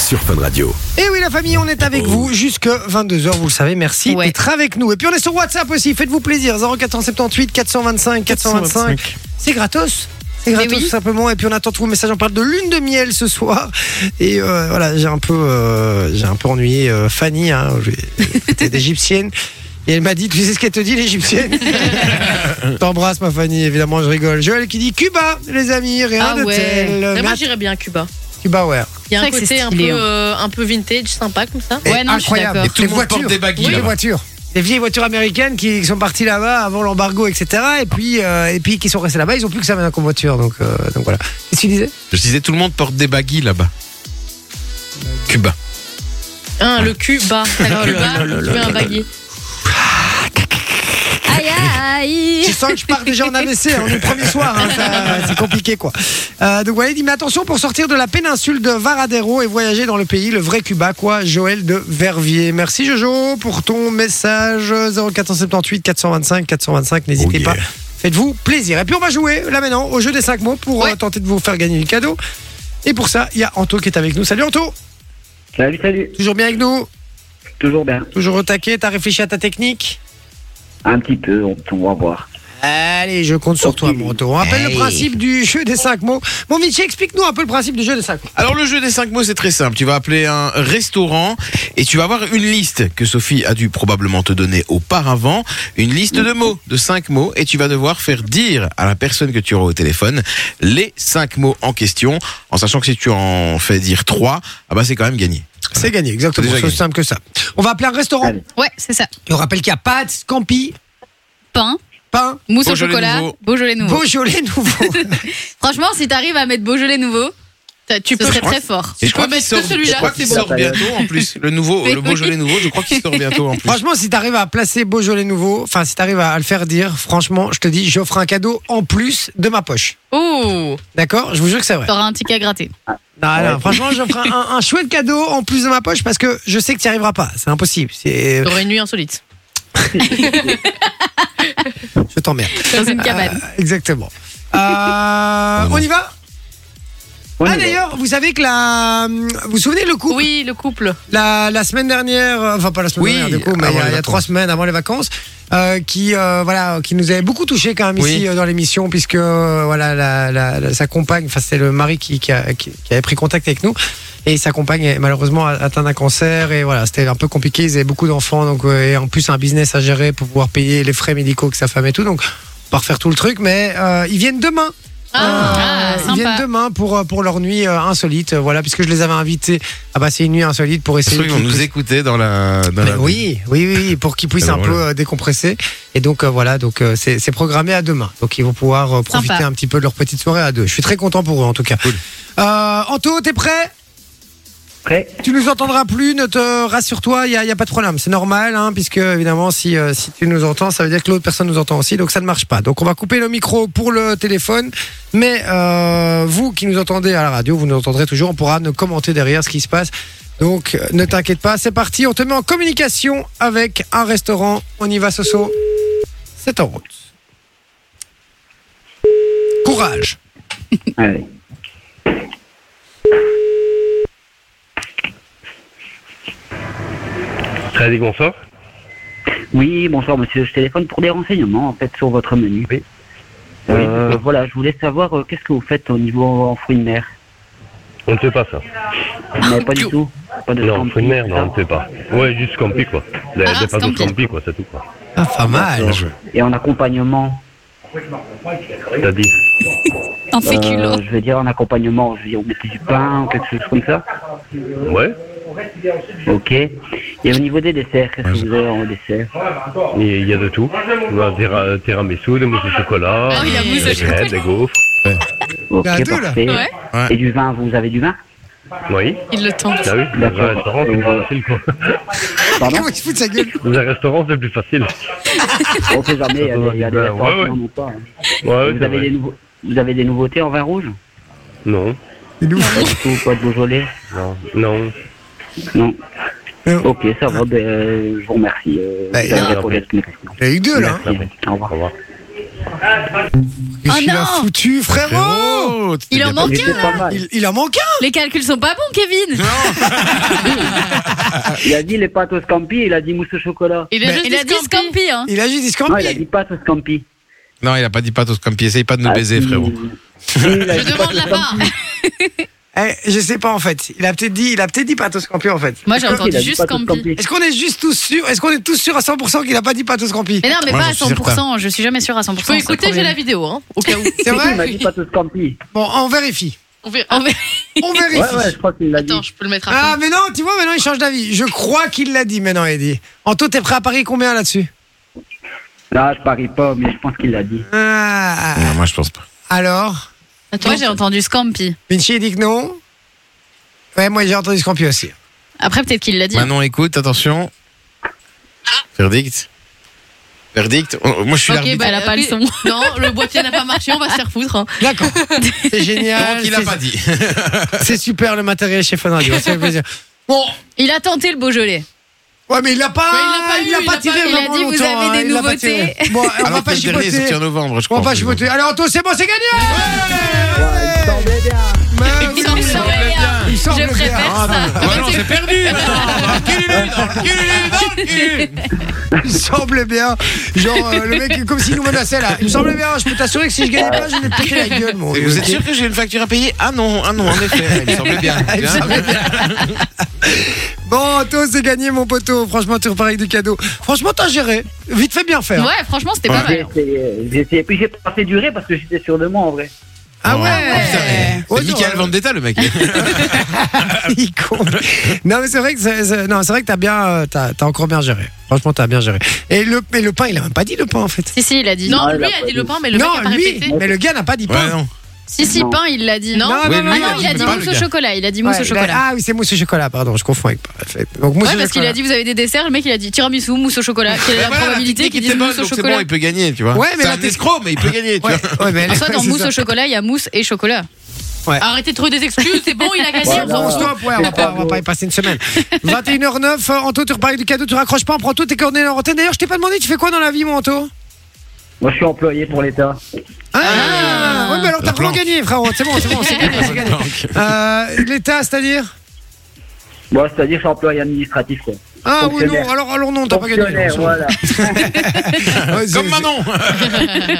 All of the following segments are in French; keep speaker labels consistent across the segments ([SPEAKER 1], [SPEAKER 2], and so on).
[SPEAKER 1] sur Fun Radio.
[SPEAKER 2] Et oui, la famille, on est avec vous jusque 22h, vous le savez, merci
[SPEAKER 3] Ouais.
[SPEAKER 2] d'être avec nous. Et puis on est sur WhatsApp aussi, faites-vous plaisir, 0478 425 425. C'est gratos. C'est
[SPEAKER 3] Mais
[SPEAKER 2] gratos
[SPEAKER 3] oui.
[SPEAKER 2] tout simplement. Et puis on attend tous vos messages. On parle de lune de miel ce soir. Et euh, voilà, j'ai un peu, euh, j'ai un peu ennuyé euh, Fanny. Hein, T'es égyptienne. Et elle m'a dit, tu sais ce qu'elle te dit, l'égyptienne T'embrasse ma Fanny, évidemment, je rigole. Joël qui dit Cuba, les amis, rien
[SPEAKER 3] Ah
[SPEAKER 2] de
[SPEAKER 3] ouais.
[SPEAKER 2] tel.
[SPEAKER 3] Ouais,
[SPEAKER 2] Mais
[SPEAKER 3] Moi
[SPEAKER 2] att-
[SPEAKER 3] j'irais bien à Cuba.
[SPEAKER 2] Cuba, ouais.
[SPEAKER 3] Il y a
[SPEAKER 4] C'est
[SPEAKER 3] un
[SPEAKER 4] vrai que
[SPEAKER 3] côté
[SPEAKER 4] c'est
[SPEAKER 3] un peu,
[SPEAKER 4] stylé, hein.
[SPEAKER 3] euh, un peu vintage, sympa comme ça.
[SPEAKER 2] Et
[SPEAKER 4] Ouais, non, je suis
[SPEAKER 2] incroyable.
[SPEAKER 4] d'accord.
[SPEAKER 2] Et
[SPEAKER 4] Et
[SPEAKER 5] tout le
[SPEAKER 2] les
[SPEAKER 5] monde porte
[SPEAKER 2] voitures.
[SPEAKER 5] des baguilles,
[SPEAKER 2] Oui, les
[SPEAKER 5] là-bas.
[SPEAKER 2] voitures. Les vieilles voitures américaines qui sont parties là-bas avant l'embargo, etc. Et puis, euh, et puis qui sont restées là-bas, ils ont plus que ça maintenant comme voiture. Donc, euh, donc voilà. Qu'est-ce que tu disais
[SPEAKER 5] Je disais, tout le monde porte des baguilles là-bas. Cuba.
[SPEAKER 3] Hein, le Cuba. T'as le Cuba, tu mets un baguier.
[SPEAKER 4] Aïe aïe
[SPEAKER 2] Je sens que je pars déjà en AVC, on est le premier soir, hein, ça- c'est compliqué quoi. Euh, donc voilà, il dit mais attention pour sortir de la péninsule de Varadero et voyager dans le pays, le vrai Cuba quoi, Joël de Verviers. Merci Jojo pour ton message 0478 425 425, n'hésitez
[SPEAKER 1] Oh yeah.
[SPEAKER 2] pas. Faites-vous plaisir. Et puis on va jouer là maintenant au jeu des 5 mots pour
[SPEAKER 3] Ouais.
[SPEAKER 2] euh, tenter de vous faire gagner du cadeau. Et pour ça, il y a Anto qui est avec nous. Salut Anto,
[SPEAKER 6] Salut, salut,
[SPEAKER 2] toujours bien avec nous,
[SPEAKER 6] toujours bien.
[SPEAKER 2] toujours au taquet, t'as réfléchi à ta technique
[SPEAKER 6] Un petit peu, on, on va voir.
[SPEAKER 2] Allez, je compte sur toi, mon Anto. On rappelle le principe du jeu des 5 mots. Mon Vinci, explique-nous un peu le principe du jeu des 5 mots.
[SPEAKER 5] Alors le jeu des cinq mots c'est très simple. Tu vas appeler un restaurant et tu vas avoir une liste que Sophie a dû probablement te donner auparavant, une liste de mots, de cinq mots, et tu vas devoir faire dire à la personne que tu auras au téléphone les cinq mots en question, en sachant que si tu en fais dire trois, ah bah c'est quand même gagné.
[SPEAKER 2] C'est gagné, exactement.
[SPEAKER 5] C'est
[SPEAKER 2] C'est
[SPEAKER 5] déjà
[SPEAKER 2] aussi
[SPEAKER 5] gagné.
[SPEAKER 2] simple que ça. On va appeler un restaurant.
[SPEAKER 6] Allez.
[SPEAKER 4] Ouais, c'est ça.
[SPEAKER 2] Je rappelle qu'il y a pâtes, scampi,
[SPEAKER 4] Pain, Oh.
[SPEAKER 2] pain,
[SPEAKER 4] mousse
[SPEAKER 5] Beaujolais
[SPEAKER 4] au chocolat,
[SPEAKER 5] nouveau.
[SPEAKER 4] Beaujolais nouveau.
[SPEAKER 2] Beaujolais nouveau.
[SPEAKER 4] Franchement, si t'arrives à mettre Beaujolais nouveau, t'as- tu peux
[SPEAKER 5] serait
[SPEAKER 4] très très fort.
[SPEAKER 5] Et
[SPEAKER 3] Je peux
[SPEAKER 5] qu'il
[SPEAKER 3] mettre
[SPEAKER 5] sort-
[SPEAKER 3] que celui-là,
[SPEAKER 5] Je crois qu'il
[SPEAKER 6] c'est bon.
[SPEAKER 5] sort bientôt en plus. Le nouveau,
[SPEAKER 4] Mais
[SPEAKER 5] le Beaujolais
[SPEAKER 4] oui.
[SPEAKER 5] nouveau, je crois qu'il sort bientôt en plus.
[SPEAKER 2] franchement, si t'arrives à placer Beaujolais nouveau, enfin, si t'arrives à à le faire dire, franchement, je te dis, j'offre un cadeau en plus de ma poche.
[SPEAKER 4] Oh,
[SPEAKER 2] D'accord Je vous jure que c'est vrai.
[SPEAKER 4] t'auras un ticket à gratter.
[SPEAKER 2] Non, non,
[SPEAKER 6] Ouais.
[SPEAKER 2] franchement, j'offre un, un- un chouette cadeau en plus de ma poche parce que je sais que t'y arriveras pas. C'est impossible. C'est...
[SPEAKER 3] T'aurais une nuit insolite.
[SPEAKER 2] Je t'emmerde.
[SPEAKER 4] Dans une cabane.
[SPEAKER 2] Euh, exactement. Euh, on y va
[SPEAKER 6] On y
[SPEAKER 2] Ah
[SPEAKER 6] va.
[SPEAKER 2] d'ailleurs, vous savez que la... Vous vous souvenez le couple
[SPEAKER 3] Oui, le couple.
[SPEAKER 2] la, la semaine dernière, euh, enfin pas la semaine
[SPEAKER 5] Oui,
[SPEAKER 2] dernière du coup, mais
[SPEAKER 5] avant
[SPEAKER 2] il y a,
[SPEAKER 5] les
[SPEAKER 2] il y a
[SPEAKER 5] vacances.
[SPEAKER 2] trois semaines avant les vacances, euh, qui euh, voilà, qui nous avait beaucoup touché quand même
[SPEAKER 5] Oui.
[SPEAKER 2] ici euh, dans l'émission, puisque euh, voilà la, la- la- sa compagne, enfin c'est le mari qui, qui, a- qui- qui avait pris contact avec nous, et sa compagne est malheureusement a- atteinte d'un cancer et voilà c'était un peu compliqué, ils avaient beaucoup d'enfants donc euh, et en plus un business à gérer pour pouvoir payer les frais médicaux que sa femme et tout, donc on va refaire tout le truc, mais euh, ils viennent demain.
[SPEAKER 4] Ah,
[SPEAKER 2] Euh,
[SPEAKER 4] sympa.
[SPEAKER 2] ils viennent demain pour, euh, pour leur nuit euh, insolite, euh, voilà, puisque je les avais invités à passer une nuit insolite pour
[SPEAKER 5] C'est
[SPEAKER 2] essayer.
[SPEAKER 5] sûr qu'ils vont
[SPEAKER 2] qu'ils-
[SPEAKER 5] nous écouter dans la. Dans
[SPEAKER 2] Mais
[SPEAKER 5] la-
[SPEAKER 2] oui, oui, oui, oui, pour qu'ils puissent
[SPEAKER 5] C'est
[SPEAKER 2] un
[SPEAKER 5] drôle.
[SPEAKER 2] peu euh, décompresser. Et donc euh, voilà, donc euh, c'est c'est programmé à demain. Donc ils vont pouvoir euh,
[SPEAKER 4] Sympa.
[SPEAKER 2] profiter un petit peu de leur petite soirée à deux. Je suis très content pour eux en tout cas.
[SPEAKER 5] Cool.
[SPEAKER 2] Euh, Anto, t'es prêt
[SPEAKER 6] Prêt
[SPEAKER 2] Tu nous entendras plus, ne te rassure-toi, il n'y a, y a pas de problème. C'est normal, hein, puisque évidemment, si, euh, si tu nous entends, ça veut dire que l'autre personne nous entend aussi, donc ça ne marche pas. Donc on va couper le micro pour le téléphone, mais euh, vous qui nous entendez à la radio, vous nous entendrez toujours, on pourra nous commenter derrière ce qui se passe. Donc euh, ne t'inquiète pas, c'est parti, on te met en communication avec un restaurant. On y va, Soso. C'est en route. Courage.
[SPEAKER 6] Allez.
[SPEAKER 7] Allez, bonsoir.
[SPEAKER 6] Oui, bonsoir monsieur, je téléphone pour des renseignements en fait sur votre menu.
[SPEAKER 7] Oui.
[SPEAKER 6] Euh, Voilà, je voulais savoir euh, qu'est-ce que vous faites au niveau en fruits de mer
[SPEAKER 7] On ne fait pas ça.
[SPEAKER 6] Mais pas du tout. Pas de
[SPEAKER 7] Non,
[SPEAKER 6] scampi,
[SPEAKER 7] fruits de mer,
[SPEAKER 6] tout
[SPEAKER 7] non,
[SPEAKER 6] ça.
[SPEAKER 7] on ne fait pas. Ouais, juste scampi, quoi. Des,
[SPEAKER 4] Ah,
[SPEAKER 7] des pâtes de
[SPEAKER 4] scampi.
[SPEAKER 7] scampi, quoi, c'est tout, quoi.
[SPEAKER 2] Ah, pas mal.
[SPEAKER 6] Et en accompagnement
[SPEAKER 7] C'est-à-dire,
[SPEAKER 4] En
[SPEAKER 6] euh,
[SPEAKER 4] féculent.
[SPEAKER 6] Je veux dire en accompagnement, je veux dire, vous mettez du pain ou quelque chose comme ça
[SPEAKER 7] ouais,
[SPEAKER 6] Ok. Et au niveau des desserts, qu'est-ce que vous avez en dessert
[SPEAKER 7] il y- il y a de tout. On a des ra- tiramisu, des mousses au chocolat,
[SPEAKER 4] Ah oui, la mousse au
[SPEAKER 7] des
[SPEAKER 4] chocolat.
[SPEAKER 7] crêpes, des gaufres.
[SPEAKER 6] Ok,
[SPEAKER 2] à deux, là.
[SPEAKER 6] parfait.
[SPEAKER 4] Ouais.
[SPEAKER 5] Ouais.
[SPEAKER 6] Et du vin, vous avez du vin
[SPEAKER 7] Oui,
[SPEAKER 4] Il le tente.
[SPEAKER 7] t'as vu Dans un restaurant, c'est plus facile, quoi.
[SPEAKER 6] Pardon
[SPEAKER 2] Comment il se fout de sa gueule
[SPEAKER 7] Dans un restaurant, c'est plus facile.
[SPEAKER 6] On sait jamais, il y a des- il y a des
[SPEAKER 7] Ouais,
[SPEAKER 6] restaurants
[SPEAKER 7] ouais.
[SPEAKER 6] qui n'en ont pas. hein.
[SPEAKER 7] Ouais,
[SPEAKER 6] vous,
[SPEAKER 7] Ah c'est
[SPEAKER 6] avez
[SPEAKER 7] vrai.
[SPEAKER 6] des nouveaux- vous avez des nouveautés en vin rouge
[SPEAKER 7] Non,
[SPEAKER 2] Il est ouf.
[SPEAKER 6] Pas du tout, pas de Beaujolais
[SPEAKER 7] non, non.
[SPEAKER 6] Non.
[SPEAKER 2] Non.
[SPEAKER 6] Ok, ça va, ben, euh, je vous remercie. euh,
[SPEAKER 2] Bah,
[SPEAKER 6] vous avez
[SPEAKER 7] non.
[SPEAKER 6] répondu à toutes mes questions.
[SPEAKER 2] Il y a eu que deux là. hein.
[SPEAKER 6] Merci, Au
[SPEAKER 7] Au
[SPEAKER 6] revoir.
[SPEAKER 7] revoir.
[SPEAKER 2] Qu'est-ce
[SPEAKER 4] Oh
[SPEAKER 2] qu'il a
[SPEAKER 4] non
[SPEAKER 2] foutu, frérot
[SPEAKER 5] Frérot, tu t'es
[SPEAKER 2] Oh
[SPEAKER 5] bien
[SPEAKER 4] Il en manque
[SPEAKER 6] Il était
[SPEAKER 4] un.
[SPEAKER 6] pas mal.
[SPEAKER 2] il, il en manque un
[SPEAKER 4] Les calculs sont pas bons, Kevin.
[SPEAKER 5] Non
[SPEAKER 6] Il a dit les pâtes au scampi, il a dit mousse au chocolat.
[SPEAKER 3] Il a
[SPEAKER 2] Mais-
[SPEAKER 3] juste
[SPEAKER 4] Il a dit
[SPEAKER 3] scampi.
[SPEAKER 4] scampi, hein.
[SPEAKER 2] Il a juste dit
[SPEAKER 6] Non, il a dit
[SPEAKER 2] scampi.
[SPEAKER 6] pâtes au scampi.
[SPEAKER 5] Non, il a pas dit pâte au scampi. Essaye pas de nous
[SPEAKER 6] Ah,
[SPEAKER 5] baiser,
[SPEAKER 6] si.
[SPEAKER 5] frérot.
[SPEAKER 6] Si, il a
[SPEAKER 3] Je
[SPEAKER 6] dit
[SPEAKER 3] demande
[SPEAKER 6] pâtes au
[SPEAKER 3] la barre.
[SPEAKER 6] scampi.
[SPEAKER 2] Eh, je sais pas en fait. Il a peut-être dit, il a peut-être dit pâte au scampi en fait.
[SPEAKER 3] Moi j'ai
[SPEAKER 6] Je crois qu'il
[SPEAKER 3] entendu
[SPEAKER 6] a dit
[SPEAKER 3] juste
[SPEAKER 6] pâtes au
[SPEAKER 3] scampi.
[SPEAKER 6] scampi.
[SPEAKER 2] Est-ce qu'on est juste tous sûrs Est-ce qu'on est tous sûrs à 100% qu'il a pas dit pâte au scampi
[SPEAKER 4] Mais non, mais
[SPEAKER 5] Moi,
[SPEAKER 4] pas
[SPEAKER 5] j'en
[SPEAKER 4] à
[SPEAKER 5] suis certain.
[SPEAKER 4] 100%, je suis jamais sûre à 100%.
[SPEAKER 3] Je peux écouter, j'ai la vidéo, hein, au cas où.
[SPEAKER 2] C'est
[SPEAKER 6] Si, Il m'a
[SPEAKER 2] vrai
[SPEAKER 6] dit pâtes au scampi.
[SPEAKER 2] Bon, on vérifie.
[SPEAKER 3] On verra.
[SPEAKER 4] On verra.
[SPEAKER 2] On
[SPEAKER 6] Ouais,
[SPEAKER 2] vérifie.
[SPEAKER 6] ouais, je crois qu'il l'a dit.
[SPEAKER 3] Attends, je peux le mettre à
[SPEAKER 2] Ah,
[SPEAKER 3] fond.
[SPEAKER 2] mais non, tu vois, maintenant il change d'avis. Je crois qu'il l'a dit maintenant, Eddie. Anto, t'es prêt à parier combien là-dessus
[SPEAKER 6] Là, Ah, je parie pas, mais je pense qu'il l'a dit.
[SPEAKER 2] Ah,
[SPEAKER 5] Non, moi, je pense pas.
[SPEAKER 2] Alors
[SPEAKER 4] Moi, j'ai entendu scampi.
[SPEAKER 2] Vinci il dit que non. Ouais, moi j'ai entendu Scampi aussi.
[SPEAKER 4] Après, peut-être qu'il l'a dit.
[SPEAKER 5] Manon, écoute, attention.
[SPEAKER 2] Ah.
[SPEAKER 5] Verdict. Verdict. Oh, moi, je suis
[SPEAKER 4] Ok,
[SPEAKER 5] l'arbitre.
[SPEAKER 4] bah, elle a pas le son.
[SPEAKER 3] Non, le boîtier n'a pas marché, on va se faire foutre. hein.
[SPEAKER 2] D'accord. C'est
[SPEAKER 5] Donc,
[SPEAKER 2] génial.
[SPEAKER 5] il a
[SPEAKER 2] bah, c'est-
[SPEAKER 5] pas dit.
[SPEAKER 2] C'est super le matériel chez Fun Radio. Ça fait plaisir. Bon.
[SPEAKER 4] Il a tenté le Beaujolais.
[SPEAKER 2] Ouais, mais il l'a pas,
[SPEAKER 3] Ouais, il l'a pas eu, il l'a pas
[SPEAKER 2] tiré
[SPEAKER 3] eu.
[SPEAKER 4] Il a
[SPEAKER 2] vraiment
[SPEAKER 4] dit, vous
[SPEAKER 2] longtemps,
[SPEAKER 4] avez
[SPEAKER 2] hein,
[SPEAKER 4] des
[SPEAKER 2] il l'a pas
[SPEAKER 4] nouveautés.
[SPEAKER 2] tiré. Bon, on va
[SPEAKER 5] Alors que
[SPEAKER 2] pas
[SPEAKER 5] le dernier est
[SPEAKER 2] chipoter.
[SPEAKER 5] sorti en novembre, je
[SPEAKER 2] On
[SPEAKER 5] crois.
[SPEAKER 2] va pas chipoter. Allez, Anto, c'est bon, c'est gagné
[SPEAKER 6] Ouais, il semblait bien.
[SPEAKER 2] Mais
[SPEAKER 4] Il
[SPEAKER 2] oui,
[SPEAKER 4] me semble bien.
[SPEAKER 2] il semble
[SPEAKER 4] Je
[SPEAKER 2] bien.
[SPEAKER 4] préfère
[SPEAKER 2] Ah,
[SPEAKER 4] ça.
[SPEAKER 5] Ah bah non, c'est perdu maintenant. Enculé-le, enculé-le, enculé-le.
[SPEAKER 2] Il me semble bien. Genre, euh, le mec, comme s'il nous menaçait là. Il me semble bien. Je peux t'assurer que si je gagnais pas, je vais te péter la gueule, mon
[SPEAKER 5] Et
[SPEAKER 2] vieux.
[SPEAKER 5] Vous êtes sûr que j'ai une facture à payer Ah non, ah non, en effet, il me semble bien.
[SPEAKER 2] Il me semble Bon, Anto, c'est gagné, mon poteau. Franchement, tu repars avec du cadeau. Franchement, t'as géré. Vite fait, bien faire.
[SPEAKER 4] Ouais, franchement, c'était
[SPEAKER 3] Ah,
[SPEAKER 4] pas
[SPEAKER 6] J'ai
[SPEAKER 4] mal.
[SPEAKER 6] essayé, j'ai essayé. Puis j'ai pas fait durer parce que j'étais sûr de moi en vrai.
[SPEAKER 2] Ah ouais.
[SPEAKER 5] Oh, putain, mais
[SPEAKER 2] Ouais,
[SPEAKER 5] C'est Michael
[SPEAKER 2] ouais.
[SPEAKER 5] Vendetta, le mec.
[SPEAKER 2] Il compte. Non, mais c'est vrai que c'est- c'est- non, c'est vrai que t'as bien, euh, t'as t'as encore bien géré. Franchement, t'as bien géré. Et le, mais le pain, il a même pas dit le pain en fait.
[SPEAKER 4] Si, si, il a dit.
[SPEAKER 3] Non,
[SPEAKER 6] Non,
[SPEAKER 3] lui
[SPEAKER 6] il a
[SPEAKER 3] a
[SPEAKER 6] pas
[SPEAKER 3] dit
[SPEAKER 6] dit.
[SPEAKER 3] le pain, mais le
[SPEAKER 2] non,
[SPEAKER 3] mec a pas
[SPEAKER 2] lui,
[SPEAKER 3] répété.
[SPEAKER 2] mais le gars n'a pas dit
[SPEAKER 5] Ouais,
[SPEAKER 2] pain.
[SPEAKER 5] non.
[SPEAKER 4] Si, si,
[SPEAKER 6] Non.
[SPEAKER 4] pain, il l'a dit.
[SPEAKER 2] Non,
[SPEAKER 4] Ah
[SPEAKER 5] Ouais,
[SPEAKER 2] non,
[SPEAKER 5] lui,
[SPEAKER 2] non,
[SPEAKER 4] non, bah, il a dit
[SPEAKER 5] pas,
[SPEAKER 4] mousse
[SPEAKER 5] le
[SPEAKER 4] au
[SPEAKER 5] gars.
[SPEAKER 4] chocolat. Il a dit
[SPEAKER 2] Ouais,
[SPEAKER 4] mousse au
[SPEAKER 2] il a-
[SPEAKER 4] chocolat.
[SPEAKER 2] Ah oui, c'est mousse au chocolat, pardon, je confonds avec parfait. Donc, mousse
[SPEAKER 4] Ouais,
[SPEAKER 2] au
[SPEAKER 4] parce qu'il
[SPEAKER 2] chocolat.
[SPEAKER 4] a dit vous avez des desserts, le mec il a dit tiramisu, mousse au chocolat. Quelle est la
[SPEAKER 5] Voilà,
[SPEAKER 4] probabilité
[SPEAKER 5] technique
[SPEAKER 4] qu'il dise
[SPEAKER 5] était bonne,
[SPEAKER 4] mousse au
[SPEAKER 5] donc c'est bon,
[SPEAKER 4] chocolat
[SPEAKER 5] il peut gagner, tu vois.
[SPEAKER 2] Ouais, mais
[SPEAKER 5] c'est
[SPEAKER 2] la
[SPEAKER 5] un
[SPEAKER 2] technique-
[SPEAKER 5] escroc, mais il peut gagner, tu
[SPEAKER 2] Ouais,
[SPEAKER 5] vois.
[SPEAKER 2] ouais, mais
[SPEAKER 4] En soit, dans
[SPEAKER 2] c'est
[SPEAKER 4] mousse
[SPEAKER 2] ça.
[SPEAKER 4] au chocolat, il y a mousse et chocolat.
[SPEAKER 3] Arrêtez de trouver des excuses, c'est bon, il a gagné.
[SPEAKER 2] Si,
[SPEAKER 6] Voilà.
[SPEAKER 2] on stop, ouais, on va,
[SPEAKER 6] C'est
[SPEAKER 2] pas,
[SPEAKER 6] pas
[SPEAKER 2] on va
[SPEAKER 6] beau.
[SPEAKER 2] pas y passer une semaine. 21h09, euh, Anto, tu reparles du cadeau, tu raccroches pas, on prend tout tes coordonnées en antenne. D'ailleurs, je t'ai pas demandé, tu fais quoi dans la vie, mon Anto
[SPEAKER 6] Moi, je suis employé pour l'État.
[SPEAKER 2] Ah, Ouais, mais alors
[SPEAKER 5] La
[SPEAKER 2] t'as vraiment
[SPEAKER 5] planque.
[SPEAKER 2] gagné, frérot. C'est bon, c'est bon, c'est gagné, c'est gagné. Euh, L'État, c'est-à-dire
[SPEAKER 6] Bon, c'est-à-dire, je suis employé administratif, quoi.
[SPEAKER 2] Ah oui, non,
[SPEAKER 6] Fonctionnaire.
[SPEAKER 2] alors, alors non, t'as pas gagné.
[SPEAKER 6] Fonctionnaire,
[SPEAKER 2] non,
[SPEAKER 6] voilà.
[SPEAKER 2] c'est bon. Ouais, c'est-
[SPEAKER 5] Comme Manon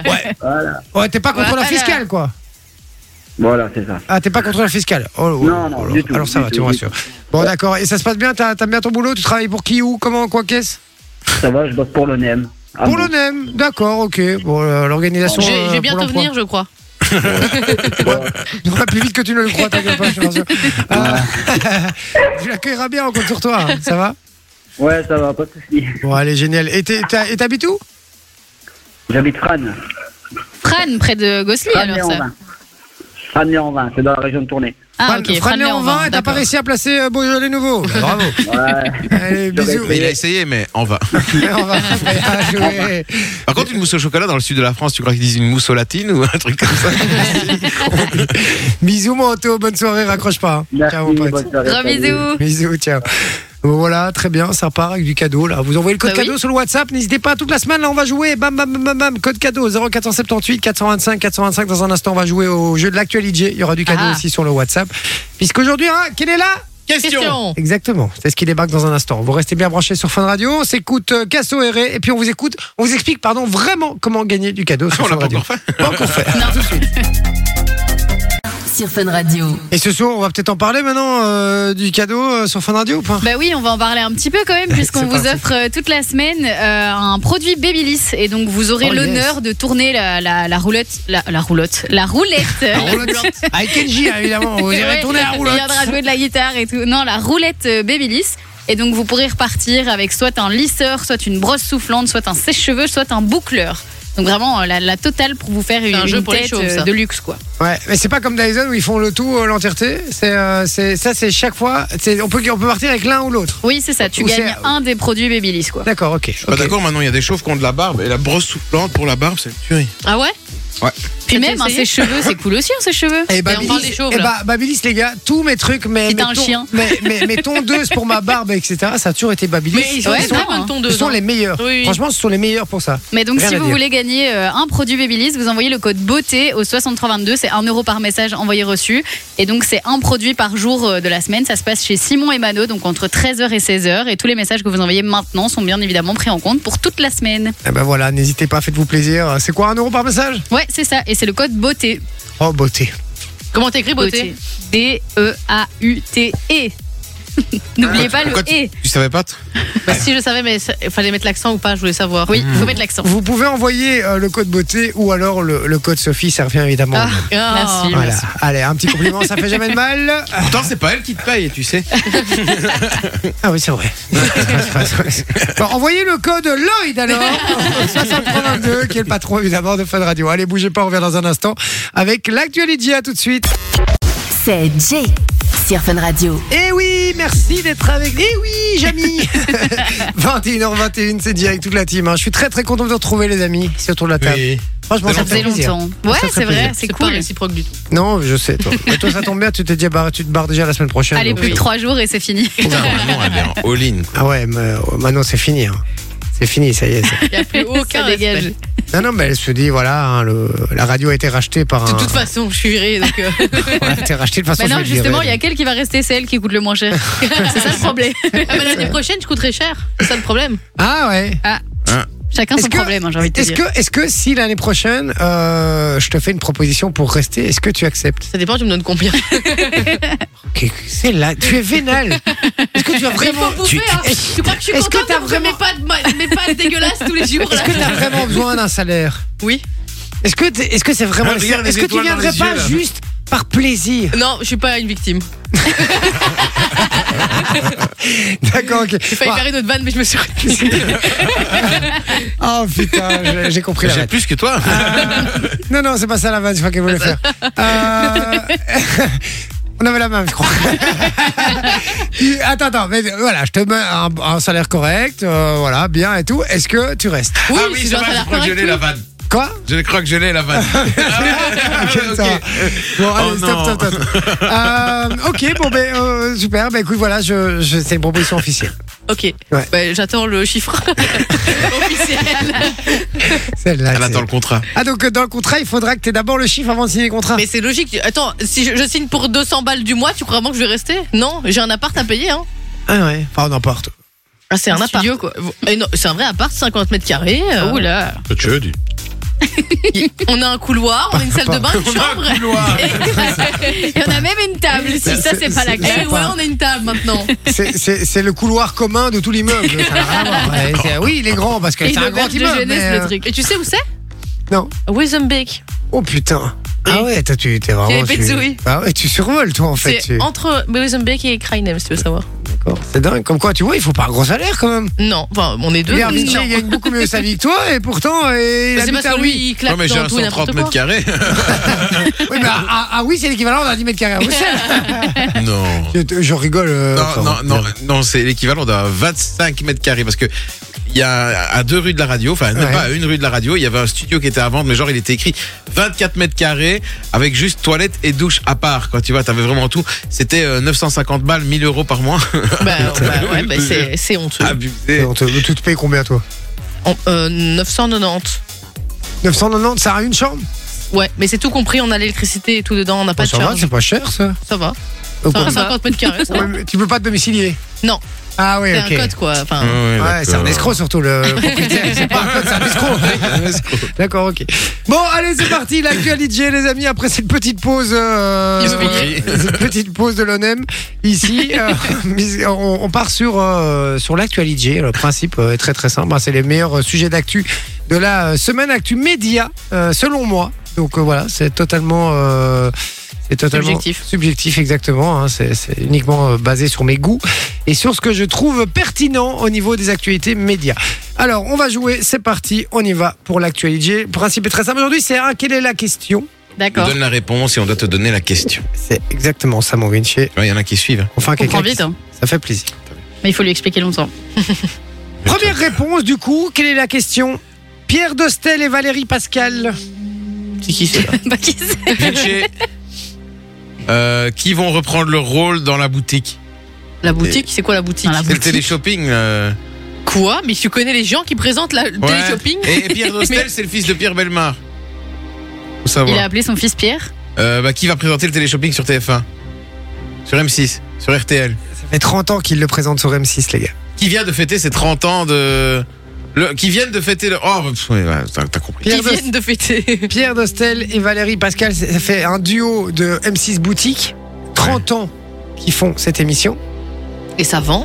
[SPEAKER 6] Voilà,
[SPEAKER 2] Ouais, t'es pas contre la
[SPEAKER 4] Voilà.
[SPEAKER 2] fiscale, quoi.
[SPEAKER 6] voilà c'est ça.
[SPEAKER 2] Ah, t'es pas contre la fiscale. Oh, oh,
[SPEAKER 6] Non, non,
[SPEAKER 2] oh,
[SPEAKER 6] du
[SPEAKER 2] alors-
[SPEAKER 6] tout,
[SPEAKER 2] Alors ça
[SPEAKER 6] du
[SPEAKER 2] va,
[SPEAKER 6] tout,
[SPEAKER 2] tu me
[SPEAKER 6] du
[SPEAKER 2] rassures. Bon, d'accord. Et ça se passe bien T'as- T'aimes bien ton boulot Tu travailles pour qui, où, comment, quoi, qu'est-ce
[SPEAKER 6] Ça va, je bosse pour l'ONEM. Ah
[SPEAKER 2] Pour
[SPEAKER 6] bon.
[SPEAKER 2] l'ONEM, d'accord, ok. Bon, euh, l'organisation.
[SPEAKER 3] Je vais-
[SPEAKER 2] euh,
[SPEAKER 3] je vais bientôt
[SPEAKER 2] pour l'emploi.
[SPEAKER 3] venir, je crois.
[SPEAKER 2] Ouais, plus vite que tu ne le crois, t'inquiète pas, je te rassure.
[SPEAKER 6] Ah.
[SPEAKER 2] Euh, tu l'accueilleras bien, on compte sur toi, hein, ça va
[SPEAKER 6] Ouais, ça va, pas de soucis.
[SPEAKER 2] Bon, allez, génial. Et t'es- t'as- et t'habites où
[SPEAKER 6] J'habite Frane.
[SPEAKER 4] Fran, près de Gossely alors ça.
[SPEAKER 6] Frane-les-en-Vin. Frane-les-en-Vin, c'est dans la région de Tournai.
[SPEAKER 4] Ah,
[SPEAKER 2] Fran-
[SPEAKER 4] ok.
[SPEAKER 2] Fran
[SPEAKER 4] Fran-Léon
[SPEAKER 2] Léon-Vin,
[SPEAKER 4] Vin,
[SPEAKER 2] et t'as pas
[SPEAKER 4] d'accord.
[SPEAKER 2] réussi à placer euh, Beaujolais Nouveau. Bah, bravo.
[SPEAKER 6] Ouais.
[SPEAKER 2] Allez,
[SPEAKER 6] J'aurais
[SPEAKER 2] bisous.
[SPEAKER 5] Mais il a essayé, mais en va.
[SPEAKER 2] On va bien jouer.
[SPEAKER 5] Par contre, une mousse au chocolat dans le sud de la France, tu crois qu'ils disent une mousse au latine ou un truc comme ça
[SPEAKER 2] Bisous, mon Anto. Bonne soirée. Raccroche pas. hein.
[SPEAKER 6] Merci,
[SPEAKER 2] Ciao, mon pote.
[SPEAKER 6] bonne soirée.
[SPEAKER 4] Gros
[SPEAKER 6] salut.
[SPEAKER 4] bisous.
[SPEAKER 2] Bisous, ciao. Bon, voilà, très bien, ça part avec du cadeau. Là. Vous envoyez le code
[SPEAKER 4] Bah oui.
[SPEAKER 2] cadeau sur le WhatsApp. N'hésitez pas, toute la semaine, là, on va jouer. Bam, bam, bam, bam, bam. Code cadeau 0478 425 425. Dans un instant, on va jouer au jeu de l'actualité. Il y aura du cadeau
[SPEAKER 4] Ah.
[SPEAKER 2] aussi sur le WhatsApp. Puisqu'aujourd'hui, hein, quel est là
[SPEAKER 3] Question.
[SPEAKER 2] Exactement, c'est ce qui débarque dans un instant. Vous restez bien branchés sur Fun Radio. On s'écoute euh, Casso et Ray. Et puis, on vous écoute, on vous explique, pardon, vraiment comment gagner du cadeau sur
[SPEAKER 5] On l'a
[SPEAKER 2] Fun
[SPEAKER 5] pas
[SPEAKER 2] Radio.
[SPEAKER 5] encore fait.
[SPEAKER 2] Pas encore fait.
[SPEAKER 1] sur Fun Radio.
[SPEAKER 2] Et ce soir, on va peut-être en parler maintenant euh, du cadeau euh, sur Fun Radio ou pas
[SPEAKER 4] Bah oui, on va en parler un petit peu quand même, puisqu'on
[SPEAKER 2] C'est
[SPEAKER 4] vous
[SPEAKER 2] parti.
[SPEAKER 4] offre euh, toute la semaine euh, un produit Babyliss. Et donc, vous aurez
[SPEAKER 2] Oh,
[SPEAKER 4] l'honneur de tourner la, la, la roulotte. La, la roulotte. La roulette.
[SPEAKER 2] La roulotte. Avec Kenji, hein, évidemment. Vous
[SPEAKER 4] C'est
[SPEAKER 2] irez
[SPEAKER 4] vrai,
[SPEAKER 2] tourner hein. la
[SPEAKER 4] Il
[SPEAKER 2] roulotte.
[SPEAKER 4] viendra jouer de la guitare et tout. Non, la roulette euh, Babyliss. Et donc, vous pourrez repartir avec soit un lisseur, soit une brosse soufflante, soit un sèche-cheveux, soit un boucleur. Donc, vraiment, euh, la, la totale pour vous faire une,
[SPEAKER 3] un jeu
[SPEAKER 4] une
[SPEAKER 3] pour les
[SPEAKER 4] tête
[SPEAKER 3] chauves,
[SPEAKER 4] euh,
[SPEAKER 3] ça.
[SPEAKER 4] de luxe, quoi.
[SPEAKER 2] Ouais, mais c'est pas comme Dyson où ils font le tout, euh, l'entièreté. C'est, euh, c'est- ça, c'est chaque fois. c'est- on, peut, on peut partir avec l'un ou l'autre.
[SPEAKER 4] Oui, c'est ça. Tu
[SPEAKER 2] Ou c'est-
[SPEAKER 4] gagnes un des produits Babyliss, quoi.
[SPEAKER 2] D'accord, ok.
[SPEAKER 5] Bah
[SPEAKER 2] ok.
[SPEAKER 5] d'accord, maintenant il y a des chauves qui ont de la barbe et la brosse soufflante pour la barbe, c'est une tuerie.
[SPEAKER 3] Ah ouais
[SPEAKER 5] Ouais.
[SPEAKER 4] Puis même, hein,
[SPEAKER 3] essayé
[SPEAKER 4] ses cheveux, c'est cool aussi, hein, ses cheveux.
[SPEAKER 2] Et,
[SPEAKER 3] on parle des chauves,
[SPEAKER 2] et
[SPEAKER 3] là.
[SPEAKER 2] bah, Babilis, les gars, tous mes trucs, mais.
[SPEAKER 4] C'est
[SPEAKER 2] mes
[SPEAKER 4] un
[SPEAKER 2] ton-
[SPEAKER 4] chien.
[SPEAKER 2] Mais, mais, mes tondeuses pour ma barbe, etc., ça a toujours été Babilis.
[SPEAKER 3] Mais ils ont
[SPEAKER 4] Ouais,
[SPEAKER 3] des
[SPEAKER 4] vraiment,
[SPEAKER 3] très bonnes
[SPEAKER 4] hein.
[SPEAKER 2] ben, Ce
[SPEAKER 3] tondeuses.
[SPEAKER 2] sont les meilleurs.
[SPEAKER 3] Oui, oui.
[SPEAKER 2] Franchement, ce sont les meilleurs pour ça.
[SPEAKER 4] Mais donc,
[SPEAKER 2] Rien
[SPEAKER 4] si
[SPEAKER 2] à
[SPEAKER 4] vous
[SPEAKER 2] dire.
[SPEAKER 4] voulez gagner euh, un produit Babyliss, vous envoyez le code beauté au 6322. C'est 1 euro par message envoyé reçu. Et donc, c'est un produit par jour euh, de la semaine. Ça se passe chez Simon et Mano, donc entre 13h et 16h. Et tous les messages que vous envoyez maintenant sont bien évidemment pris en compte pour toute la semaine.
[SPEAKER 2] Eh ben voilà, n'hésitez pas, faites-vous plaisir. C'est quoi, un euro par message
[SPEAKER 4] Ouais, c'est ça. Et c'est le code beauté.
[SPEAKER 2] Oh, beauté.
[SPEAKER 3] Comment t'écris beauté
[SPEAKER 4] B-E-A-U-T-E.
[SPEAKER 2] Ah,
[SPEAKER 4] N'oubliez pas le
[SPEAKER 5] Pourquoi tu-
[SPEAKER 4] E.
[SPEAKER 5] Tu savais pas toi
[SPEAKER 3] Bah, Si je savais, mais ça- il fallait mettre l'accent ou pas, je voulais savoir.
[SPEAKER 4] Oui, il faut mettre l'accent.
[SPEAKER 2] Vous pouvez envoyer euh, le code beauté ou alors le, le code Sophie, ça revient évidemment.
[SPEAKER 3] Ah,
[SPEAKER 4] Merci.
[SPEAKER 3] merci.
[SPEAKER 2] voilà. Allez, un petit compliment, ça fait jamais de mal.
[SPEAKER 5] Pourtant, c'est pas elle qui te paye, tu sais.
[SPEAKER 2] Ah oui, c'est vrai. Bon, envoyez le code Lloyd alors, 6322, qui est le patron évidemment de Fun Radio. Allez, bougez pas, on revient dans un instant avec l'actualité. À tout de suite.
[SPEAKER 1] C'est Jay sur Fun Radio.
[SPEAKER 2] Eh oui, merci d'être avec. Eh oui, Jamy 21h21, c'est dit avec toute la team. hein. Je suis très très content de vous retrouver, les amis, ici autour de la table. Franchement,
[SPEAKER 5] Ça
[SPEAKER 2] ça,
[SPEAKER 4] Ça
[SPEAKER 2] me fait
[SPEAKER 4] faisait
[SPEAKER 2] plaisir.
[SPEAKER 4] longtemps. Ouais,
[SPEAKER 2] Ça fait
[SPEAKER 4] c'est vrai,
[SPEAKER 2] plaisir.
[SPEAKER 4] c'est
[SPEAKER 3] pas
[SPEAKER 4] cool.
[SPEAKER 3] réciproque du tout.
[SPEAKER 2] Non, je sais, toi. Mais toi, ça tombe bien, tu t'es dit, bah, tu te barres déjà la semaine prochaine.
[SPEAKER 4] Allez,
[SPEAKER 2] donc.
[SPEAKER 4] plus de trois jours et c'est fini.
[SPEAKER 5] Putain, vraiment, elle est en all-in. quoi.
[SPEAKER 2] Ah ouais, mais, euh, maintenant, c'est fini. hein. C'est fini, ça y est. c'est-
[SPEAKER 3] Il n'y a plus aucun
[SPEAKER 4] Ça dégage.
[SPEAKER 3] dégage.
[SPEAKER 2] Non, non, mais elle se dit, voilà, hein, le- la radio a été rachetée par un.
[SPEAKER 3] De toute façon, je suis virée. Donc, euh,
[SPEAKER 2] Ouais, elle a été rachetée de façon.
[SPEAKER 4] Mais Bah non,
[SPEAKER 2] je vais le
[SPEAKER 4] justement, il y
[SPEAKER 2] virer.
[SPEAKER 4] a quelle qui va rester, c'est elle qui coûte le moins cher. c'est ça le problème.
[SPEAKER 3] ah, mais l'année prochaine, je coûterai cher. C'est ça le problème.
[SPEAKER 2] Ah ouais.
[SPEAKER 4] Chacun son
[SPEAKER 2] Est-ce que-
[SPEAKER 4] problème, hein, j'ai envie de te
[SPEAKER 2] Est-ce
[SPEAKER 4] dire.
[SPEAKER 2] que, est-ce que si l'année prochaine, euh, je te fais une proposition pour rester, est-ce que tu acceptes
[SPEAKER 3] Ça dépend, tu me donnes combien.
[SPEAKER 2] Ok, C'est là, tu es vénal. Est-ce que tu as vraiment.
[SPEAKER 3] bouffer, hein. Tu crois que je suis
[SPEAKER 2] Est-ce que
[SPEAKER 3] contente
[SPEAKER 2] t'as
[SPEAKER 3] de manger
[SPEAKER 2] vraiment-
[SPEAKER 3] mes pâtes, ma- mes pâtes dégueulasses tous les jours
[SPEAKER 2] Est-ce
[SPEAKER 3] là
[SPEAKER 2] que tu as vraiment besoin d'un salaire
[SPEAKER 3] Oui.
[SPEAKER 2] Est-ce que t'es- est-ce que c'est vraiment
[SPEAKER 5] Ah,
[SPEAKER 2] nécessaire
[SPEAKER 5] regarde les
[SPEAKER 2] Est-ce que tu
[SPEAKER 5] étoiles dans
[SPEAKER 2] viendrais
[SPEAKER 5] les
[SPEAKER 2] pas
[SPEAKER 5] yeux, là.
[SPEAKER 2] juste par plaisir
[SPEAKER 3] Non, je suis pas une victime.
[SPEAKER 2] D'accord, ok.
[SPEAKER 3] J'ai failli
[SPEAKER 2] Ah,
[SPEAKER 3] faire une autre vanne, mais je me suis Ah retenue.
[SPEAKER 2] Oh putain, j'ai- j'ai compris la
[SPEAKER 5] J'ai
[SPEAKER 2] vanne.
[SPEAKER 5] plus que toi.
[SPEAKER 2] Non, non, c'est pas ça la vanne, je crois qu'elle voulait faire. Euh, On avait la même, je crois. attends, attends, mais euh, voilà, je te mets un, un salaire correct, euh, voilà, bien et tout. Est-ce que tu restes
[SPEAKER 3] Oui,
[SPEAKER 5] ah
[SPEAKER 3] si
[SPEAKER 5] oui,
[SPEAKER 3] je
[SPEAKER 5] c'est
[SPEAKER 3] dois
[SPEAKER 5] vrai,
[SPEAKER 3] faire
[SPEAKER 5] je crois que je
[SPEAKER 3] correct,
[SPEAKER 5] l'ai la vanne.
[SPEAKER 2] Quoi
[SPEAKER 5] Je crois que je l'ai la vanne. Ah,
[SPEAKER 2] Ok,
[SPEAKER 5] ok.
[SPEAKER 2] ça va. Bon, allez,
[SPEAKER 5] Oh
[SPEAKER 2] stop,
[SPEAKER 5] non.
[SPEAKER 2] stop, stop. stop. Euh, ok, bon, ben, euh, super. Ben, écoute, voilà, je, je- c'est une proposition officielle.
[SPEAKER 3] Ok.
[SPEAKER 2] Ouais.
[SPEAKER 3] Bah, J'attends le chiffre officiel.
[SPEAKER 2] Celle-là.
[SPEAKER 5] Elle
[SPEAKER 2] c'est-
[SPEAKER 5] attend le contrat.
[SPEAKER 2] Ah, donc, euh, dans le contrat, il faudra que tu aies d'abord le chiffre avant de signer le contrat.
[SPEAKER 3] Mais c'est logique. Attends, si je, je signe pour 200 balles du mois, tu crois vraiment que je vais rester Non, j'ai un appart à payer. Hein.
[SPEAKER 2] Ah, ouais. Enfin, on emporte.
[SPEAKER 3] Ah, c'est
[SPEAKER 4] un appart.
[SPEAKER 3] studio, quoi. Et non, C'est un vrai appart, 50 mètres carrés. euh,
[SPEAKER 4] Ah, Oula.
[SPEAKER 3] on a un couloir, on a une salle de bain, une chambre.
[SPEAKER 4] Il y en a même une table, si ça, c'est pas la
[SPEAKER 3] Et Eh ouais,
[SPEAKER 4] clé.
[SPEAKER 3] on a une table maintenant.
[SPEAKER 2] C'est- C'est c'est le couloir commun de tout l'immeuble. ça n'a rien à voir. Ouais, c'est- oui, il est grand parce que
[SPEAKER 4] Et
[SPEAKER 2] c'est un
[SPEAKER 4] le
[SPEAKER 2] grand
[SPEAKER 4] berge de
[SPEAKER 2] immeuble. mais,
[SPEAKER 4] jeunesse,
[SPEAKER 2] euh,
[SPEAKER 4] le truc.
[SPEAKER 3] Et tu sais où c'est
[SPEAKER 2] Non.
[SPEAKER 3] Wisenbeck.
[SPEAKER 2] Oh putain. Ah ouais, toi, tu t'es
[SPEAKER 3] C'est
[SPEAKER 2] vraiment.
[SPEAKER 3] les Petsouis.
[SPEAKER 2] Tu... Ah ouais, tu survoles, toi, en fait.
[SPEAKER 3] C'est
[SPEAKER 2] tu-
[SPEAKER 3] entre Wisenbeck et Krainem, si tu veux savoir.
[SPEAKER 2] D'accord. C'est dingue. Comme quoi, tu vois, il faut pas un gros salaire quand même.
[SPEAKER 3] Non, enfin, on est deux.
[SPEAKER 2] Pierre
[SPEAKER 3] donc
[SPEAKER 2] Vinci,
[SPEAKER 3] non.
[SPEAKER 2] il gagne beaucoup mieux sa vie que toi et pourtant, euh, il
[SPEAKER 3] Mais C'est
[SPEAKER 2] habite
[SPEAKER 3] parce
[SPEAKER 2] à
[SPEAKER 3] que
[SPEAKER 2] oui.
[SPEAKER 3] lui, il claque
[SPEAKER 5] Non, mais j'ai
[SPEAKER 3] dans
[SPEAKER 5] un
[SPEAKER 3] tout et
[SPEAKER 5] 130
[SPEAKER 3] n'importe quoi.
[SPEAKER 5] mètres carrés.
[SPEAKER 2] Oui, mais à, à- à oui, c'est l'équivalent d'un 10 mètres carrés à Bruxelles.
[SPEAKER 5] Non.
[SPEAKER 2] je, je rigole. euh,
[SPEAKER 5] Non,
[SPEAKER 2] enfin,
[SPEAKER 5] non, non,
[SPEAKER 2] merde.
[SPEAKER 5] non, c'est l'équivalent d'un 25 mètres carrés parce que il y a à deux rues de la radio, enfin non
[SPEAKER 2] Ouais.
[SPEAKER 5] pas à une rue de la radio, il y avait un studio qui était à vendre, mais genre il était écrit 24 mètres carrés avec juste toilette et douche à part. Quand tu vois, t'avais vraiment tout. C'était euh, 950 balles, 1000 euros par mois.
[SPEAKER 3] Bah, bah, ouais, bah, c'est- c'est honteux.
[SPEAKER 5] Abusé.
[SPEAKER 2] On te, tu te payes combien, toi
[SPEAKER 3] En- euh, 990.
[SPEAKER 2] 990, ça a une chambre
[SPEAKER 3] Ouais, mais c'est tout compris, on a l'électricité et tout dedans, on n'a pas
[SPEAKER 2] Bon,
[SPEAKER 3] de
[SPEAKER 2] Ça va,
[SPEAKER 3] charge.
[SPEAKER 2] c'est pas cher, ça.
[SPEAKER 3] ça va.
[SPEAKER 2] Ou pas
[SPEAKER 3] 150 mètres carrés. ça va.
[SPEAKER 2] Ouais, mais tu peux pas te domicilier
[SPEAKER 3] Non.
[SPEAKER 2] Ah oui,
[SPEAKER 3] C'est
[SPEAKER 2] ok. Mm.
[SPEAKER 3] un code quoi. Enfin,
[SPEAKER 2] Ouais, c'est un escroc surtout, le le propriétaire. c'est pas un code, c'est un escroc. D'accord, ok. Bon, allez, c'est parti, l'actualité, les amis, après cette petite pause. euh,
[SPEAKER 5] Escroquerie.
[SPEAKER 2] cette petite pause de l'ONEM. Ici, euh, mais on, on part sur, euh, sur l'actualité. Le principe euh, est très très simple. hein. C'est les meilleurs euh, sujets d'actu de la euh, semaine Actu Média, euh, selon moi. Donc euh, voilà, c'est totalement. euh, c'est totalement
[SPEAKER 3] Subjectif.
[SPEAKER 2] Subjectif, exactement. hein. C'est c'est uniquement euh, basé sur mes goûts et sur ce que je trouve pertinent au niveau des actualités médias. Alors, on va jouer, c'est parti, on y va pour l'actualité. Le principe est très simple. Aujourd'hui, c'est un quelle est la question
[SPEAKER 5] On
[SPEAKER 4] D'accord.
[SPEAKER 5] donne la réponse et on doit te donner la question.
[SPEAKER 2] C'est exactement ça, mon Vinci.
[SPEAKER 5] Ouais, Il y en a qui suivent. hein.
[SPEAKER 2] Enfin, quelqu'un.
[SPEAKER 4] Comprends
[SPEAKER 2] qui-
[SPEAKER 4] vite, hein.
[SPEAKER 2] Ça fait plaisir.
[SPEAKER 4] mais il faut lui expliquer longtemps.
[SPEAKER 2] Première réponse, du coup, quelle est la question Pierre Dostel et Valérie Pascal.
[SPEAKER 3] C'est qui c'est là
[SPEAKER 4] Bah, qui c'est
[SPEAKER 5] Vinci. Euh, qui vont reprendre leur rôle dans la boutique
[SPEAKER 3] La boutique C'est quoi la boutique
[SPEAKER 4] Dans la
[SPEAKER 5] C'est le télé-shopping. euh.
[SPEAKER 3] Quoi Mais tu connais les gens qui présentent la... le
[SPEAKER 5] Ouais.
[SPEAKER 3] télé-shopping
[SPEAKER 5] Et, et Pierre Dostel, c'est le fils de Pierre Belmar. Faut savoir.
[SPEAKER 4] Il a appelé son fils Pierre.
[SPEAKER 5] Euh, bah, qui va présenter le télé-shopping sur TF1 Sur M6 Sur RTL
[SPEAKER 2] Ça fait 30 ans qu'ils le présentent sur M6, les gars.
[SPEAKER 5] Qui vient de fêter ses 30 ans de. Le... Qui viennent de fêter le. Oh, pff, ouais, ouais, t'as t'as compris.
[SPEAKER 3] Qui
[SPEAKER 2] Pierre Dost-
[SPEAKER 3] viennent de fêter
[SPEAKER 2] Pierre Dostel et Valérie Pascal, ça fait un duo de M6 Boutique. 30 ans qu'ils font cette émission.
[SPEAKER 3] Et ça vend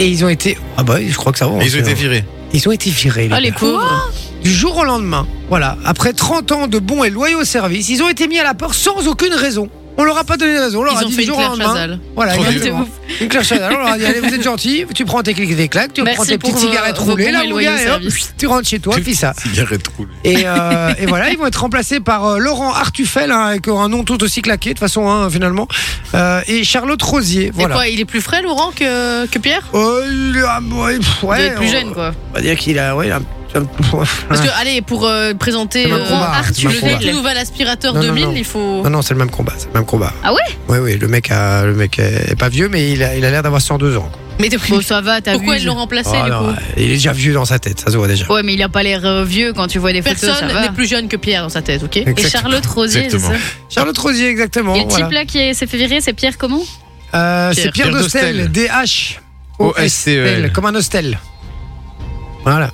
[SPEAKER 2] Et ils ont été. Ah bah, je crois que ça va.
[SPEAKER 5] Et Ils ont été virés.
[SPEAKER 2] Ils ont été virés. les
[SPEAKER 3] Ah les
[SPEAKER 2] gars.
[SPEAKER 3] pauvres
[SPEAKER 2] Du jour au lendemain, voilà, après 30 ans de bons et loyaux services, ils ont été mis à la porte sans aucune raison. On leur a pas donné de raison. On leur
[SPEAKER 3] Ils
[SPEAKER 2] a
[SPEAKER 3] ont
[SPEAKER 2] dit
[SPEAKER 3] fait
[SPEAKER 2] du
[SPEAKER 3] une
[SPEAKER 2] jour au
[SPEAKER 3] Claire
[SPEAKER 2] lendemain.
[SPEAKER 3] Chazal.
[SPEAKER 2] Voilà,
[SPEAKER 5] Trop
[SPEAKER 2] exactement.
[SPEAKER 4] de ouf.
[SPEAKER 2] Une Claire Chazal. On leur a dit allez, vous êtes gentils, tu prends tes clics des claques, tu
[SPEAKER 3] Merci
[SPEAKER 2] prends tes
[SPEAKER 3] pour
[SPEAKER 2] petites
[SPEAKER 3] vos-
[SPEAKER 2] cigarettes
[SPEAKER 3] vos
[SPEAKER 2] roulées,
[SPEAKER 3] bons
[SPEAKER 2] là,
[SPEAKER 3] et
[SPEAKER 2] mon
[SPEAKER 3] loyaux
[SPEAKER 2] gars, et hop,
[SPEAKER 3] services.
[SPEAKER 2] tu rentres chez toi, puis ça.
[SPEAKER 5] Cigarette roulée.
[SPEAKER 2] Et, euh, et voilà, ils vont être remplacés par euh, Laurent Artufel, hein, avec un nom tout aussi claqué, de toute façon, hein, finalement, euh, et Charlotte Rosier.
[SPEAKER 3] Et
[SPEAKER 2] Voilà.
[SPEAKER 3] quoi Il est plus frais Laurent que, que Pierre
[SPEAKER 2] Euh, il est- ah, ouais, pff,
[SPEAKER 4] Il
[SPEAKER 2] ouais,
[SPEAKER 4] doit être plus
[SPEAKER 2] on-
[SPEAKER 4] jeune, quoi.
[SPEAKER 2] On va dire qu'il a. Ouais, il a un- un-
[SPEAKER 3] Parce que allez pour euh, présenter
[SPEAKER 2] C'est un
[SPEAKER 3] euh,
[SPEAKER 2] combat, c'est un
[SPEAKER 3] le
[SPEAKER 2] combat.
[SPEAKER 3] tout nouvel aspirateur
[SPEAKER 2] Non, non,
[SPEAKER 3] 2000
[SPEAKER 2] non.
[SPEAKER 3] il faut...
[SPEAKER 2] Non, non, c'est le même combat, c'est le même combat.
[SPEAKER 4] Oh. Ah ouais
[SPEAKER 2] Oui, oui, le mec, a, le mec est pas vieux, mais il a il a l'air d'avoir 102 ans.
[SPEAKER 3] Mais t'es-
[SPEAKER 4] Bon, ça va, t'as vu.
[SPEAKER 3] pourquoi ils l'ont remplacé
[SPEAKER 2] Oh,
[SPEAKER 3] du
[SPEAKER 2] non,
[SPEAKER 3] coup
[SPEAKER 2] il est déjà vieux dans sa tête, ça se voit déjà.
[SPEAKER 4] Ouais, mais il a pas l'air euh, vieux quand tu vois des photos.
[SPEAKER 3] Personne
[SPEAKER 4] ça va.
[SPEAKER 3] n'est plus jeune que Pierre dans sa tête, ok
[SPEAKER 4] Et Charlotte Rosier, c'est ça
[SPEAKER 5] Exactement.
[SPEAKER 2] Charlotte Rosier, exactement.
[SPEAKER 4] Et le
[SPEAKER 2] Oh, voilà.
[SPEAKER 4] type là qui s'est fait virer, c'est Pierre comment
[SPEAKER 2] Euh, c'est Pierre,
[SPEAKER 5] Pierre
[SPEAKER 2] Dostel,
[SPEAKER 5] Dostel.
[SPEAKER 2] D-H.
[SPEAKER 5] O-S-T-E-L.
[SPEAKER 2] Comme un hostel. Voilà.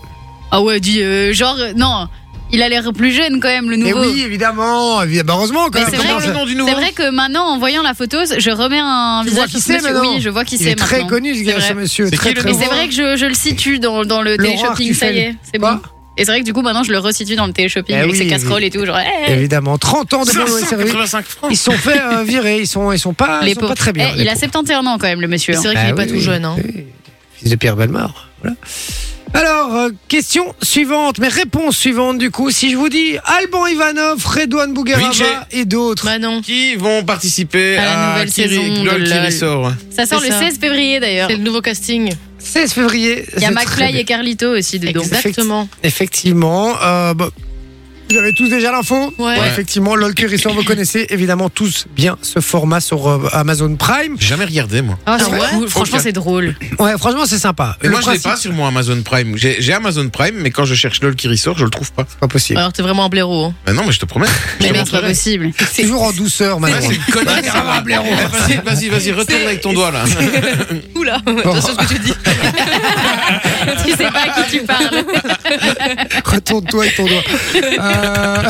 [SPEAKER 4] Ah ouais, dit euh, genre, euh, non, il a l'air plus jeune quand même, le
[SPEAKER 2] Et
[SPEAKER 4] nouveau.
[SPEAKER 2] Eh oui, évidemment, évidemment. heureusement quand
[SPEAKER 4] Mais
[SPEAKER 2] même,
[SPEAKER 4] c'est
[SPEAKER 2] comment
[SPEAKER 4] vrai
[SPEAKER 2] ça-
[SPEAKER 5] le nom du nouveau
[SPEAKER 4] C'est vrai que maintenant, en voyant la photo, je remets un
[SPEAKER 2] Tu vois
[SPEAKER 4] visage
[SPEAKER 2] qui
[SPEAKER 4] sur ce
[SPEAKER 2] c'est
[SPEAKER 4] monsieur.
[SPEAKER 2] maintenant
[SPEAKER 4] Oui, je vois qui
[SPEAKER 2] Il est
[SPEAKER 4] c'est
[SPEAKER 2] très
[SPEAKER 4] maintenant.
[SPEAKER 2] connu, ce
[SPEAKER 4] C'est
[SPEAKER 2] gars,
[SPEAKER 4] vrai.
[SPEAKER 2] ce monsieur.
[SPEAKER 5] C'est
[SPEAKER 2] Très,
[SPEAKER 5] qui, le
[SPEAKER 2] très
[SPEAKER 4] Et
[SPEAKER 5] nouveau
[SPEAKER 4] c'est vrai que je, je le situe dans, dans le
[SPEAKER 2] Laurent
[SPEAKER 4] télé-shopping, ça y est, c'est
[SPEAKER 2] Quoi
[SPEAKER 4] bon. Et c'est vrai que du coup, maintenant, je le resitue dans le télé-shopping
[SPEAKER 2] Eh
[SPEAKER 4] avec
[SPEAKER 2] oui,
[SPEAKER 4] ses
[SPEAKER 2] oui.
[SPEAKER 4] casseroles et tout. Genre, eh,
[SPEAKER 2] Évidemment, 30 ans de bons services.
[SPEAKER 5] 585 francs.
[SPEAKER 2] Ils sont fait euh, virer, ils sont, ils sont pas, ils
[SPEAKER 4] les
[SPEAKER 2] sont
[SPEAKER 4] pauvres.
[SPEAKER 2] pas très bien.
[SPEAKER 4] Eh,
[SPEAKER 2] les
[SPEAKER 4] il a
[SPEAKER 2] pauvres.
[SPEAKER 4] 71 ans quand même, le monsieur.
[SPEAKER 3] C'est vrai
[SPEAKER 2] Bah
[SPEAKER 3] qu'il est
[SPEAKER 2] oui,
[SPEAKER 3] pas tout
[SPEAKER 2] oui,
[SPEAKER 3] jeune. Hein.
[SPEAKER 2] oui. Fils de Pierre Belmar. Voilà. Alors, euh, question suivante, mais réponse suivante du coup. Si je vous dis Alban Ivanov, Redouane Bougueraba
[SPEAKER 5] Vinci.
[SPEAKER 2] et d'autres.
[SPEAKER 3] Bah non,
[SPEAKER 5] Qui vont participer
[SPEAKER 4] À
[SPEAKER 5] à,
[SPEAKER 4] la nouvelle
[SPEAKER 5] qui, ri-
[SPEAKER 4] saison de
[SPEAKER 5] LOL qui
[SPEAKER 4] LOL.
[SPEAKER 5] ressort hein.
[SPEAKER 4] Ça sort
[SPEAKER 3] C'est
[SPEAKER 4] le
[SPEAKER 3] ça.
[SPEAKER 4] 16 février d'ailleurs.
[SPEAKER 3] c'est le nouveau casting.
[SPEAKER 2] 16 février.
[SPEAKER 4] Il y a
[SPEAKER 2] c'est très
[SPEAKER 4] McFly
[SPEAKER 2] bien.
[SPEAKER 4] et Carlito aussi dedans.
[SPEAKER 3] Exactement.
[SPEAKER 2] Effectivement. euh, bah, vous avez tous déjà l'info
[SPEAKER 3] Ouais.
[SPEAKER 2] Effectivement, LOL Curissor, vous connaissez évidemment tous bien ce format sur euh, Amazon Prime.
[SPEAKER 5] J'ai jamais regardé, moi.
[SPEAKER 4] Ah, c'est
[SPEAKER 3] Ah ouais
[SPEAKER 4] cool. Franchement,
[SPEAKER 5] Ok.
[SPEAKER 4] c'est drôle.
[SPEAKER 2] Ouais, franchement, c'est sympa.
[SPEAKER 5] Et
[SPEAKER 2] Le
[SPEAKER 5] moi, je l'ai
[SPEAKER 2] principe,
[SPEAKER 5] pas sur mon Amazon Prime. J'ai j'ai Amazon Prime, mais quand je cherche LOL qui ressort, je le trouve pas.
[SPEAKER 2] c'est pas possible.
[SPEAKER 3] Alors t'es vraiment un blaireau. hein.
[SPEAKER 5] Bah non, mais je te promets.
[SPEAKER 4] Mais
[SPEAKER 5] Je
[SPEAKER 4] mec,
[SPEAKER 5] te
[SPEAKER 4] c'est pas
[SPEAKER 5] montrerai.
[SPEAKER 4] possible.
[SPEAKER 2] Toujours en douceur,
[SPEAKER 5] Ouais,
[SPEAKER 2] maintenant.
[SPEAKER 5] c'est une connasse. Eh, Vas-y, vas-y, vas-y, retourne avec ton doigt là.
[SPEAKER 3] Oula, attention à ce que tu dis.
[SPEAKER 4] tu sais pas à qui tu parles.
[SPEAKER 2] Retourne-toi avec ton doigt. Euh,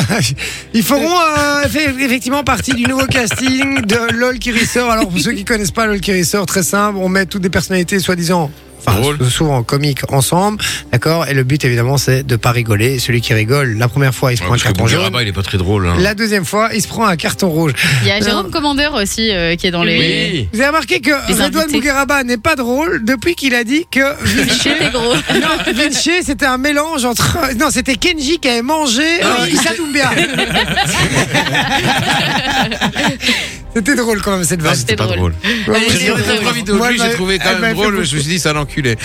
[SPEAKER 2] ils feront euh, eff- effectivement partie du nouveau casting de LOL qui ressort. Alors, pour ceux qui connaissent pas LOL qui ressort, très simple, on met toutes des personnalités soi-disant. Enfin,
[SPEAKER 5] Drôle.
[SPEAKER 2] sou- souvent comiques ensemble, d'accord Et le but évidemment c'est de pas rigoler. Celui qui rigole, la première fois il se prend un
[SPEAKER 5] Parce que
[SPEAKER 2] carton jaune,
[SPEAKER 5] Bougiraba, il est pas très drôle. hein.
[SPEAKER 2] la deuxième fois il se prend un carton rouge.
[SPEAKER 4] Il y a Jérôme Commandeur aussi euh, qui est dans les.
[SPEAKER 5] Oui.
[SPEAKER 2] Vous avez remarqué que
[SPEAKER 4] Les
[SPEAKER 2] Redouane
[SPEAKER 4] invités.
[SPEAKER 2] Bougueraba n'est pas drôle depuis qu'il a dit que
[SPEAKER 4] Chez t'es gros.
[SPEAKER 2] Non, Vinci, c'était un mélange entre. Non, c'était Kenji qui avait mangé
[SPEAKER 5] Ah
[SPEAKER 2] euh, Issa Doumbia. c'était drôle quand même cette
[SPEAKER 5] Ah,
[SPEAKER 2] vache.
[SPEAKER 5] c'était pas drôle. J'ai regardé ta première vidéo de lui, j'ai trouvé quand même drôle, mais je me suis dit, c'est un enculé.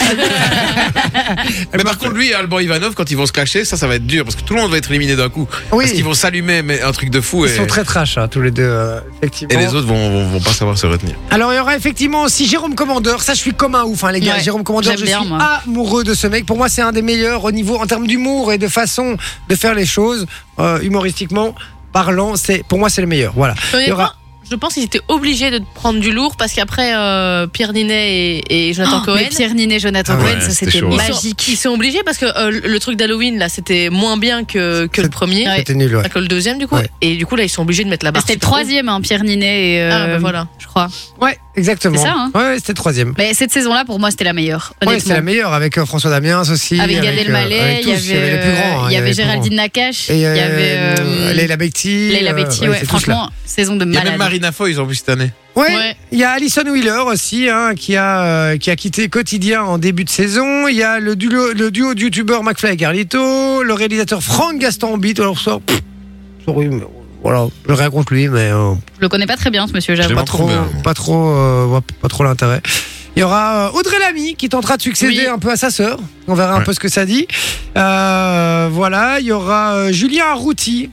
[SPEAKER 5] Mais par contre, lui, Alban Ivanov, quand ils vont se clasher, ça, ça va être dur, parce que tout le monde va être éliminé d'un coup.
[SPEAKER 2] Oui.
[SPEAKER 5] Parce ah, qu'ils vont s'allumer, mais un truc de fou,
[SPEAKER 2] Ils
[SPEAKER 5] et,
[SPEAKER 2] sont très trash, hein, tous les deux, euh,
[SPEAKER 5] et
[SPEAKER 2] effectivement.
[SPEAKER 5] les autres vont, vont, vont pas savoir se retenir.
[SPEAKER 2] Alors, il y aura effectivement aussi Jérôme Commandeur. Ça, je suis comme un ouf, hein, les gars.
[SPEAKER 4] Ouais,
[SPEAKER 2] Jérôme Commandeur,
[SPEAKER 4] j'aime
[SPEAKER 2] je
[SPEAKER 4] bien,
[SPEAKER 2] suis
[SPEAKER 4] moi.
[SPEAKER 2] amoureux de ce mec. Pour moi, c'est un des meilleurs au niveau, en termes d'humour et de façon de faire les choses, euh, humoristiquement parlant. C'est, pour moi, c'est le meilleur. Voilà. Il y aura-
[SPEAKER 3] Je pense qu'ils étaient obligés de prendre du lourd parce qu'après euh, Pierre Ninet et, et Jonathan
[SPEAKER 4] Oh, Mais
[SPEAKER 3] Cohen.
[SPEAKER 4] Pierre Ninet, Jonathan
[SPEAKER 5] Ah ouais,
[SPEAKER 4] Cohen, ça
[SPEAKER 5] c'était
[SPEAKER 4] c'était
[SPEAKER 5] chaud, ouais.
[SPEAKER 3] Ils sont,
[SPEAKER 4] magique.
[SPEAKER 3] ils sont obligés parce que euh, le truc d'Halloween là c'était moins bien que, que le premier,
[SPEAKER 4] Ouais.
[SPEAKER 2] C'était nul, ouais.
[SPEAKER 3] Enfin, que le deuxième du coup.
[SPEAKER 2] Ouais.
[SPEAKER 3] Et du coup là ils sont obligés de mettre la barre.
[SPEAKER 4] C'était le
[SPEAKER 3] super haut.
[SPEAKER 4] troisième, hein, Pierre Ninet, et, euh,
[SPEAKER 3] Ah bah voilà.
[SPEAKER 4] je crois.
[SPEAKER 2] Ouais, exactement.
[SPEAKER 4] C'est ça, hein
[SPEAKER 2] Ouais, ouais, c'était le troisième.
[SPEAKER 4] Mais cette saison-là, pour moi, c'était la meilleure.
[SPEAKER 2] Ouais, c'est
[SPEAKER 4] Honnêtement.
[SPEAKER 2] la meilleure avec euh, François Damiens aussi.
[SPEAKER 4] avec Gad
[SPEAKER 2] euh,
[SPEAKER 4] Elmaleh,
[SPEAKER 2] avec
[SPEAKER 4] il y
[SPEAKER 2] tous,
[SPEAKER 4] avait, euh,
[SPEAKER 2] les plus grands, hein,
[SPEAKER 4] il y avait
[SPEAKER 2] les plus grands.
[SPEAKER 4] Géraldine Nakache,
[SPEAKER 2] Et
[SPEAKER 4] il y
[SPEAKER 2] euh,
[SPEAKER 4] avait euh,
[SPEAKER 2] Leila Bekti.
[SPEAKER 4] Leila Bekti,
[SPEAKER 2] euh,
[SPEAKER 4] ouais,
[SPEAKER 2] c'est tous
[SPEAKER 4] franchement, saison de
[SPEAKER 5] Il y a même
[SPEAKER 4] malade.
[SPEAKER 5] Marina Foy, ils ont vu cette année.
[SPEAKER 2] là. Ouais,
[SPEAKER 4] Ouais.
[SPEAKER 2] Il y a Alison Wheeler aussi, hein, qui, a, euh, qui a quitté Quotidien en début de saison. Il y a le duo, le duo du youtubeur McFly et Carlito, le réalisateur Franck Gastambide. Alors, ça, pff, sorry, mais voilà, je rien contre lui, mais euh,
[SPEAKER 4] Je le connais pas très bien, ce monsieur,
[SPEAKER 5] Je
[SPEAKER 4] j'avoue.
[SPEAKER 5] l'ai
[SPEAKER 2] pas
[SPEAKER 5] m'en
[SPEAKER 2] trop,
[SPEAKER 5] trouve, euh,
[SPEAKER 2] pas trop, euh, ouais, pas trop l'intérêt. Il y aura euh, Audrey Lamy qui tentera de succéder
[SPEAKER 4] Oui.
[SPEAKER 2] un peu à sa sœur. On verra un
[SPEAKER 5] Ouais.
[SPEAKER 2] peu ce que ça dit. Euh, voilà, il y aura euh, Julien Arrouti